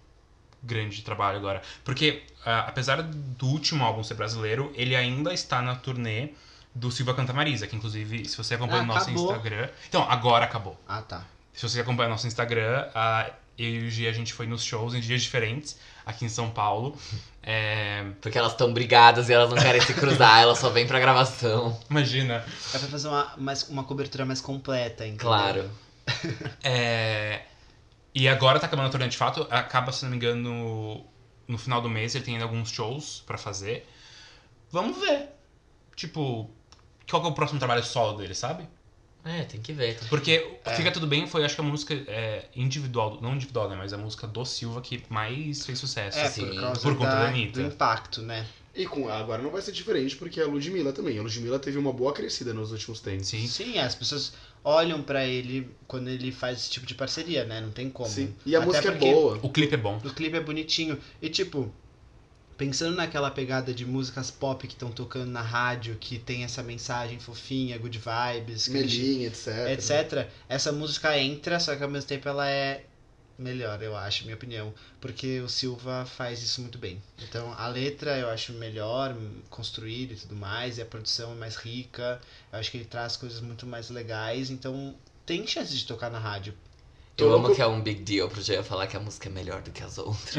Speaker 2: grande trabalho agora? Porque, ah, apesar do último álbum ser brasileiro, ele ainda está na turnê do Silva Canta Marisa, que inclusive, se você acompanha
Speaker 4: Ah,
Speaker 2: o nosso
Speaker 4: acabou.
Speaker 2: Instagram. Então, agora acabou.
Speaker 4: Ah, tá.
Speaker 2: Se você acompanha nosso Instagram, a, eu e o Gia, a gente foi nos shows em dias diferentes, aqui em São Paulo. É,
Speaker 3: Porque elas estão brigadas e elas não querem se cruzar, elas só vêm pra gravação.
Speaker 2: imagina.
Speaker 4: É pra fazer uma, mais, uma cobertura mais completa, entendeu?
Speaker 3: Claro.
Speaker 2: É, e agora tá acabando a turnê de fato. Acaba, se não me engano, no, no final do mês. Ele tem ainda alguns shows pra fazer. Vamos ver. Tipo, qual que é o próximo trabalho solo dele, sabe?
Speaker 3: É, tem que ver. tem que-
Speaker 2: Porque Fica Tudo Bem foi, acho que a música é, individual, não individual, né? Mas a música do Silva que mais fez sucesso. assim.
Speaker 4: É,
Speaker 3: Sim,
Speaker 4: por causa
Speaker 2: por conta
Speaker 4: da-
Speaker 2: da Anitta.
Speaker 4: do impacto, né?
Speaker 5: E com agora não vai ser diferente, porque a Ludmilla também. A Ludmilla teve uma boa crescida nos últimos tempos.
Speaker 2: Sim.
Speaker 4: Sim, as pessoas olham pra ele quando ele faz esse tipo de parceria, né? Não tem como.
Speaker 5: Sim. E a
Speaker 4: Até
Speaker 5: música é
Speaker 4: porque-
Speaker 5: boa.
Speaker 2: O clipe é bom.
Speaker 4: O clipe é bonitinho. E tipo, pensando naquela pegada de músicas pop que estão tocando na rádio, que tem essa mensagem fofinha, good vibes, que a gente-
Speaker 5: Melinha, etc.
Speaker 4: etc. Essa música entra, só que ao mesmo tempo ela é melhor, eu acho, minha opinião. Porque o Silva faz isso muito bem. Então a letra eu acho melhor, m- construída e tudo mais, e a produção é mais rica. Eu acho que ele traz coisas muito mais legais, então tem chance de tocar na rádio.
Speaker 3: Eu
Speaker 5: Tô
Speaker 3: amo
Speaker 5: louco.
Speaker 3: que é um big deal pro Jean falar que a música é melhor do que as outras.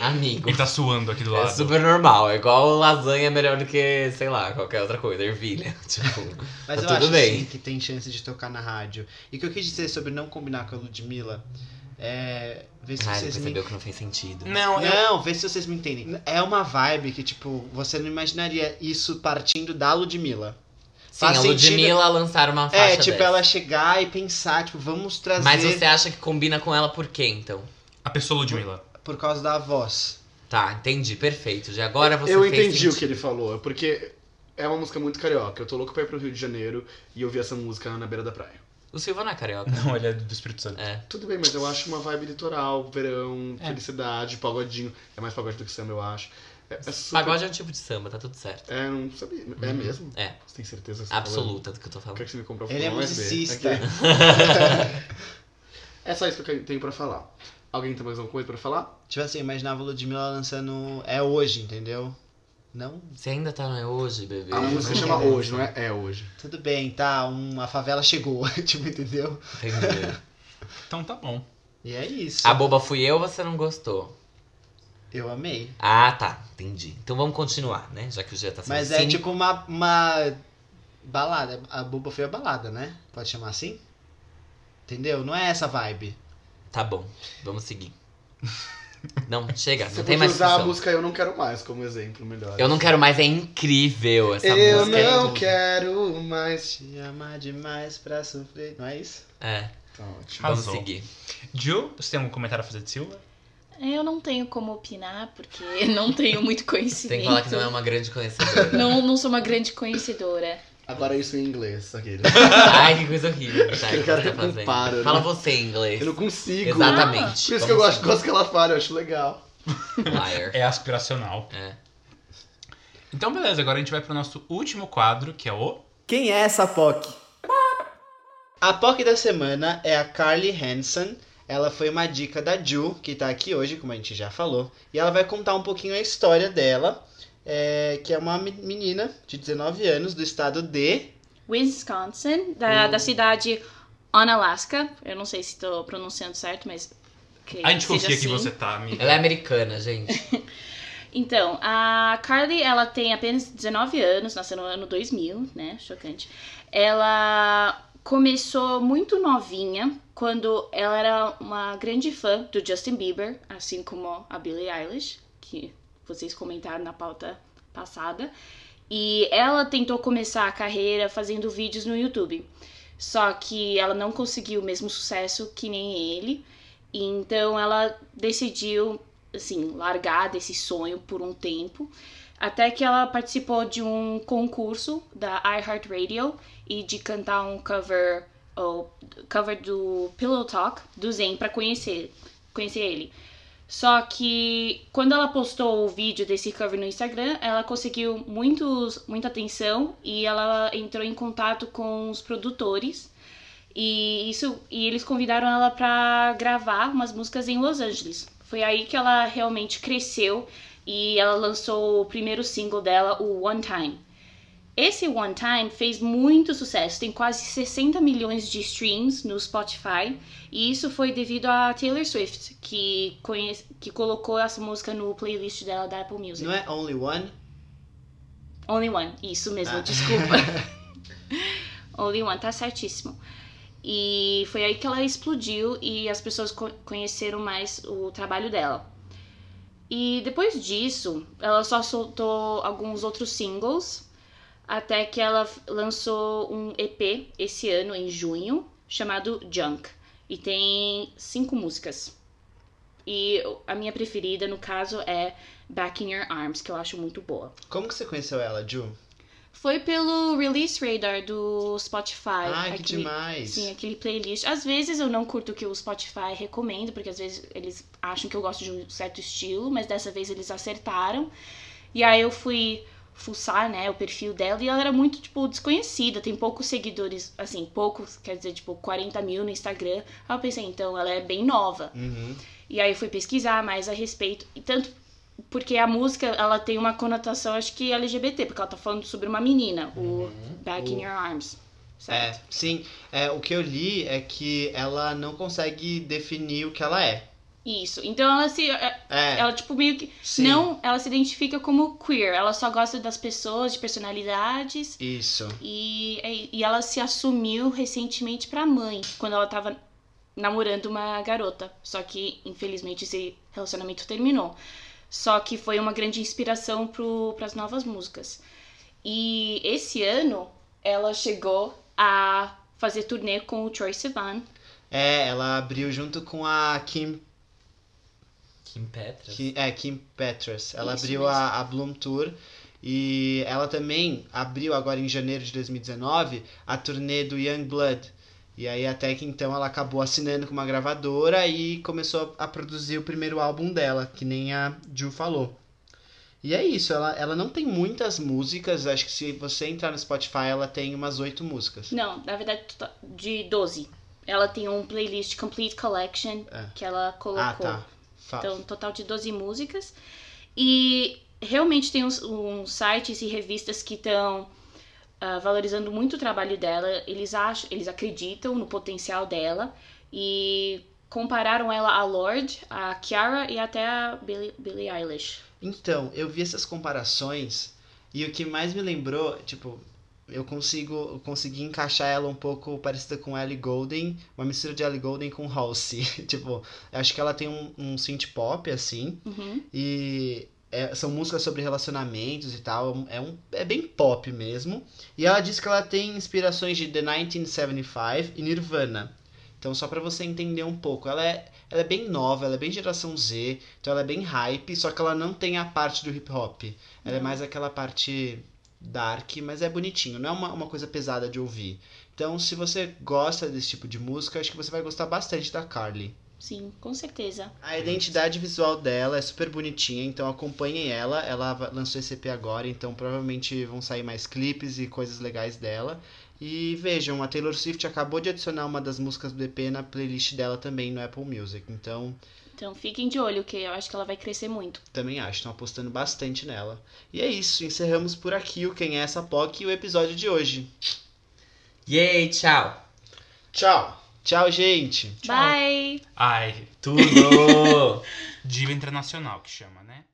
Speaker 3: Amigo.
Speaker 2: Ele tá suando aqui do lado.
Speaker 3: É super normal, é igual lasanha é melhor do que, sei lá, qualquer outra coisa, ervilha. Tipo,
Speaker 4: Mas
Speaker 3: Tá
Speaker 4: eu acho
Speaker 3: tudo bem.
Speaker 4: sim que tem chance de tocar na rádio. E o que eu quis dizer sobre não combinar com a Ludmilla é. Vê se
Speaker 3: ah, ele
Speaker 4: vocês me
Speaker 3: percebeu que não fez sentido.
Speaker 2: Não, eu-
Speaker 4: Não, vê se vocês me entendem. É uma vibe que, tipo, você não imaginaria isso partindo da Ludmilla.
Speaker 3: Sim,
Speaker 4: faz
Speaker 3: a Ludmilla lançar uma faixa
Speaker 4: é, tipo,
Speaker 3: dessa.
Speaker 4: ela chegar e pensar, tipo, vamos trazer
Speaker 3: Mas você acha que combina com ela por quê, então?
Speaker 2: a pessoa Ludmilla.
Speaker 4: por causa da voz.
Speaker 3: Tá, entendi, perfeito. Já agora você
Speaker 5: eu
Speaker 3: fez
Speaker 5: entendi o que
Speaker 3: sentido.
Speaker 5: ele falou, é porque é uma música muito carioca. Eu tô louco pra ir pro Rio de Janeiro e ouvir essa música na beira da praia.
Speaker 3: O Silva não é carioca.
Speaker 2: Não, ele é do Espírito Santo.
Speaker 3: É.
Speaker 5: Tudo bem, mas eu acho uma vibe litoral, verão,
Speaker 2: É.
Speaker 5: felicidade, pagodinho. É mais pagode do que samba, eu acho. É, é super...
Speaker 3: Pagode é um tipo de samba, tá tudo certo.
Speaker 5: É, não sabia. É mesmo?
Speaker 3: É.
Speaker 5: Você tem certeza? que você tá falando?
Speaker 3: Absoluta do que eu tô
Speaker 5: Quer
Speaker 3: falando.
Speaker 5: que você me comprou
Speaker 4: Ele é musicista.
Speaker 5: É só isso que eu tenho pra falar. Alguém tem mais alguma coisa pra falar?
Speaker 4: Tipo assim, eu imaginava a Ludmilla lançando É Hoje, entendeu? Não?
Speaker 3: Você ainda tá no é hoje, bebê?
Speaker 5: A música
Speaker 4: não
Speaker 5: chama
Speaker 4: quero.
Speaker 5: Hoje, não é? É Hoje.
Speaker 4: Tudo bem, tá? Um, a favela chegou, tipo, entendeu?
Speaker 3: Entendi.
Speaker 2: Então tá bom.
Speaker 4: E é isso.
Speaker 3: A boba fui eu, você não gostou.
Speaker 4: Eu amei.
Speaker 3: Ah, tá. Entendi. Então vamos continuar, né? Já que o Gia tá sendo
Speaker 4: Mas é
Speaker 3: cínico.
Speaker 4: tipo uma, uma balada. A Boba foi a balada, né? Pode chamar assim? Entendeu? Não é essa vibe.
Speaker 3: Tá bom, vamos seguir. Não, chega,
Speaker 5: Você
Speaker 3: não tem
Speaker 5: pode
Speaker 3: mais
Speaker 5: usar a
Speaker 3: discussão.
Speaker 5: música Eu Não Quero Mais como exemplo melhor.
Speaker 3: Eu não quero mais, é incrível essa
Speaker 5: Eu
Speaker 3: música. é
Speaker 5: não
Speaker 3: tudo.
Speaker 5: quero mais.
Speaker 4: Te amar demais pra sofrer. Não é isso?
Speaker 3: É,
Speaker 5: Tá ótimo.
Speaker 3: vamos
Speaker 2: Arrasou.
Speaker 3: seguir.
Speaker 2: Ju, você tem algum comentário a fazer de Silva?
Speaker 1: Eu não tenho como opinar, porque não tenho muito
Speaker 3: Tem
Speaker 1: conhecimento.
Speaker 3: que falar que não é uma grande conhecedora.
Speaker 1: não, não sou uma grande conhecedora.
Speaker 5: Agora isso em inglês, aquele.
Speaker 3: Ai, que coisa horrível. Tá,
Speaker 5: Eu
Speaker 3: que
Speaker 5: quero
Speaker 3: você
Speaker 5: ter
Speaker 3: tá fazendo.
Speaker 5: comparo, né?
Speaker 3: Fala você em inglês.
Speaker 5: Eu não consigo.
Speaker 3: Exatamente.
Speaker 5: Por isso que eu
Speaker 3: Vamos
Speaker 5: gosto, gosto que ela fala, eu acho legal.
Speaker 3: seguir. Liar.
Speaker 2: É aspiracional.
Speaker 3: É.
Speaker 2: Então, beleza, agora a gente vai pro nosso último quadro, que é o.
Speaker 8: Quem é essa POC?
Speaker 4: A POC da semana é a Carly Hansen. Ela foi uma dica da Ju, que tá aqui hoje, como a gente já falou. E ela vai contar um pouquinho a história dela, é, que é uma me- menina de 19 anos do estado de.
Speaker 1: Wisconsin,
Speaker 3: Uh.
Speaker 1: da, da cidade Onalaska. Eu não sei se estou pronunciando certo, mas. que
Speaker 2: A gente
Speaker 1: seja
Speaker 2: confia que
Speaker 1: assim.
Speaker 2: você tá, amiga.
Speaker 3: Ela é americana, gente.
Speaker 1: Então, a Carly, ela tem apenas 19 anos, nasceu no ano 2000, né? Chocante. Ela começou muito novinha, quando ela era uma grande fã do Justin Bieber, assim como a Billie Eilish, que vocês comentaram na pauta passada. E ela tentou começar a carreira fazendo vídeos no YouTube. Só que ela não conseguiu o mesmo sucesso que nem ele. E Então ela decidiu, assim, largar desse sonho por um tempo. Até que ela participou de um concurso da iHeartRadio e de cantar um cover, ou cover do Pillow Talk do Zen para conhecer, conhecer ele. Só que quando ela postou o vídeo desse cover no Instagram, ela conseguiu muitos, muita atenção e ela entrou em contato com os produtores. E isso e eles convidaram ela para gravar umas músicas em Los Angeles. Foi aí que ela realmente cresceu e ela lançou o primeiro single dela, o One Time. Esse One Time fez muito sucesso, tem quase 60 milhões de streams no Spotify, e isso foi devido a Taylor Swift, que, conhece, que colocou essa música no playlist dela da Apple Music.
Speaker 4: Não é Only One?
Speaker 1: Only One, isso mesmo,
Speaker 4: Ah.
Speaker 1: desculpa. Only One, tá certíssimo. E foi aí que ela explodiu e as pessoas co- conheceram mais o trabalho dela. E depois disso, ela só soltou alguns outros singles, até que ela f- lançou um EP esse ano, em junho, chamado Junk. E tem cinco músicas. E a minha preferida, no caso, é Back in Your Arms, que eu acho muito boa.
Speaker 4: Como que você conheceu ela, Ju?
Speaker 1: Foi pelo Release Radar do Spotify.
Speaker 4: Ai, que
Speaker 1: Aquele-
Speaker 4: demais.
Speaker 1: Sim, aquele playlist. Às vezes eu não curto o que o Spotify recomenda, porque às vezes eles acham que eu gosto de um certo estilo, mas dessa vez eles acertaram. E aí eu fui fuçar, né, o perfil dela e ela era muito, tipo, desconhecida. Tem poucos seguidores, assim, poucos, quer dizer, tipo, 40 mil no Instagram. Aí eu pensei, então, ela é bem nova.
Speaker 4: Uhum.
Speaker 1: E aí eu fui pesquisar mais a respeito. E tanto porque a música, ela tem uma conotação, acho que LGBT, porque ela tá falando sobre uma menina, o Back in
Speaker 4: O-
Speaker 1: Your Arms.
Speaker 4: Uhum. É,
Speaker 1: Certo?
Speaker 4: sim. É, o que eu li é que ela não consegue definir o que ela é.
Speaker 1: Isso. Então ela se.
Speaker 4: É,
Speaker 1: Ela, tipo, meio que.
Speaker 4: sim.
Speaker 1: Não, ela se identifica como queer. Ela só gosta das pessoas, de personalidades.
Speaker 4: Isso.
Speaker 1: E, é e ela se assumiu recentemente pra mãe, quando ela tava namorando uma garota. Só que, infelizmente, esse relacionamento terminou. Só que foi uma grande inspiração para as novas músicas. E esse ano, ela chegou a fazer turnê com o Troy Sivan.
Speaker 4: É, ela abriu junto com a Kim,
Speaker 3: Kim Petra.
Speaker 4: Ki- é, Kim Petras. Ela
Speaker 1: Isso
Speaker 4: abriu a, a Bloom Tour e ela também abriu agora em janeiro de 2019 a turnê do Youngblood. E aí até que então ela acabou assinando com uma gravadora e começou a produzir o primeiro álbum dela, que nem a Ju falou. E é isso, ela, ela não tem muitas músicas, acho que se você entrar no Spotify ela tem umas oito músicas.
Speaker 1: Não, na verdade, tota- de 12. Ela tem um playlist Complete Collection
Speaker 4: É.
Speaker 1: que ela colocou.
Speaker 4: Ah, tá. Fa-
Speaker 1: Então, um total de 12 músicas. E realmente tem uns, uns sites e revistas que estão ah, valorizando muito o trabalho dela. Eles acham, eles acreditam no potencial dela e compararam ela à Lorde, à Kiara e até a Billie, Billie Eilish.
Speaker 4: Então, eu vi essas comparações e o que mais me lembrou, tipo, eu consigo eu consegui encaixar ela um pouco parecida com Ellie Golden, uma mistura de Ellie Golden com Halsey. tipo, acho que ela tem um, um synth pop assim
Speaker 1: Uhum.
Speaker 4: e é- são músicas sobre relacionamentos e tal, é um é bem pop mesmo. E ela diz que ela tem inspirações de The 1975 e Nirvana. Então, só pra você entender um pouco, ela é, ela é bem nova, ela é bem geração Z, então ela é bem hype, só que ela não tem a parte do hip hop. Ela é
Speaker 1: Não.
Speaker 4: mais aquela parte dark, mas é bonitinho, não é uma, uma coisa pesada de ouvir. Então, se você gosta desse tipo de música, acho que você vai gostar bastante da Carly.
Speaker 1: Sim, com certeza.
Speaker 4: A identidade visual dela é super bonitinha, então acompanhem ela. Ela va- lançou esse EP agora, então provavelmente vão sair mais clipes e coisas legais dela. E vejam, a Taylor Swift acabou de adicionar uma das músicas do EP na playlist dela também no Apple Music, então
Speaker 1: Então fiquem de olho, que eu acho que ela vai crescer muito.
Speaker 4: também acho, estão apostando bastante nela. E é isso, encerramos por aqui o Quem é essa POC e o episódio de hoje.
Speaker 3: Yay, tchau.
Speaker 4: Tchau! Tchau, gente!
Speaker 1: Bye!
Speaker 2: Ai,
Speaker 3: Tudo.
Speaker 2: diva internacional que chama, né?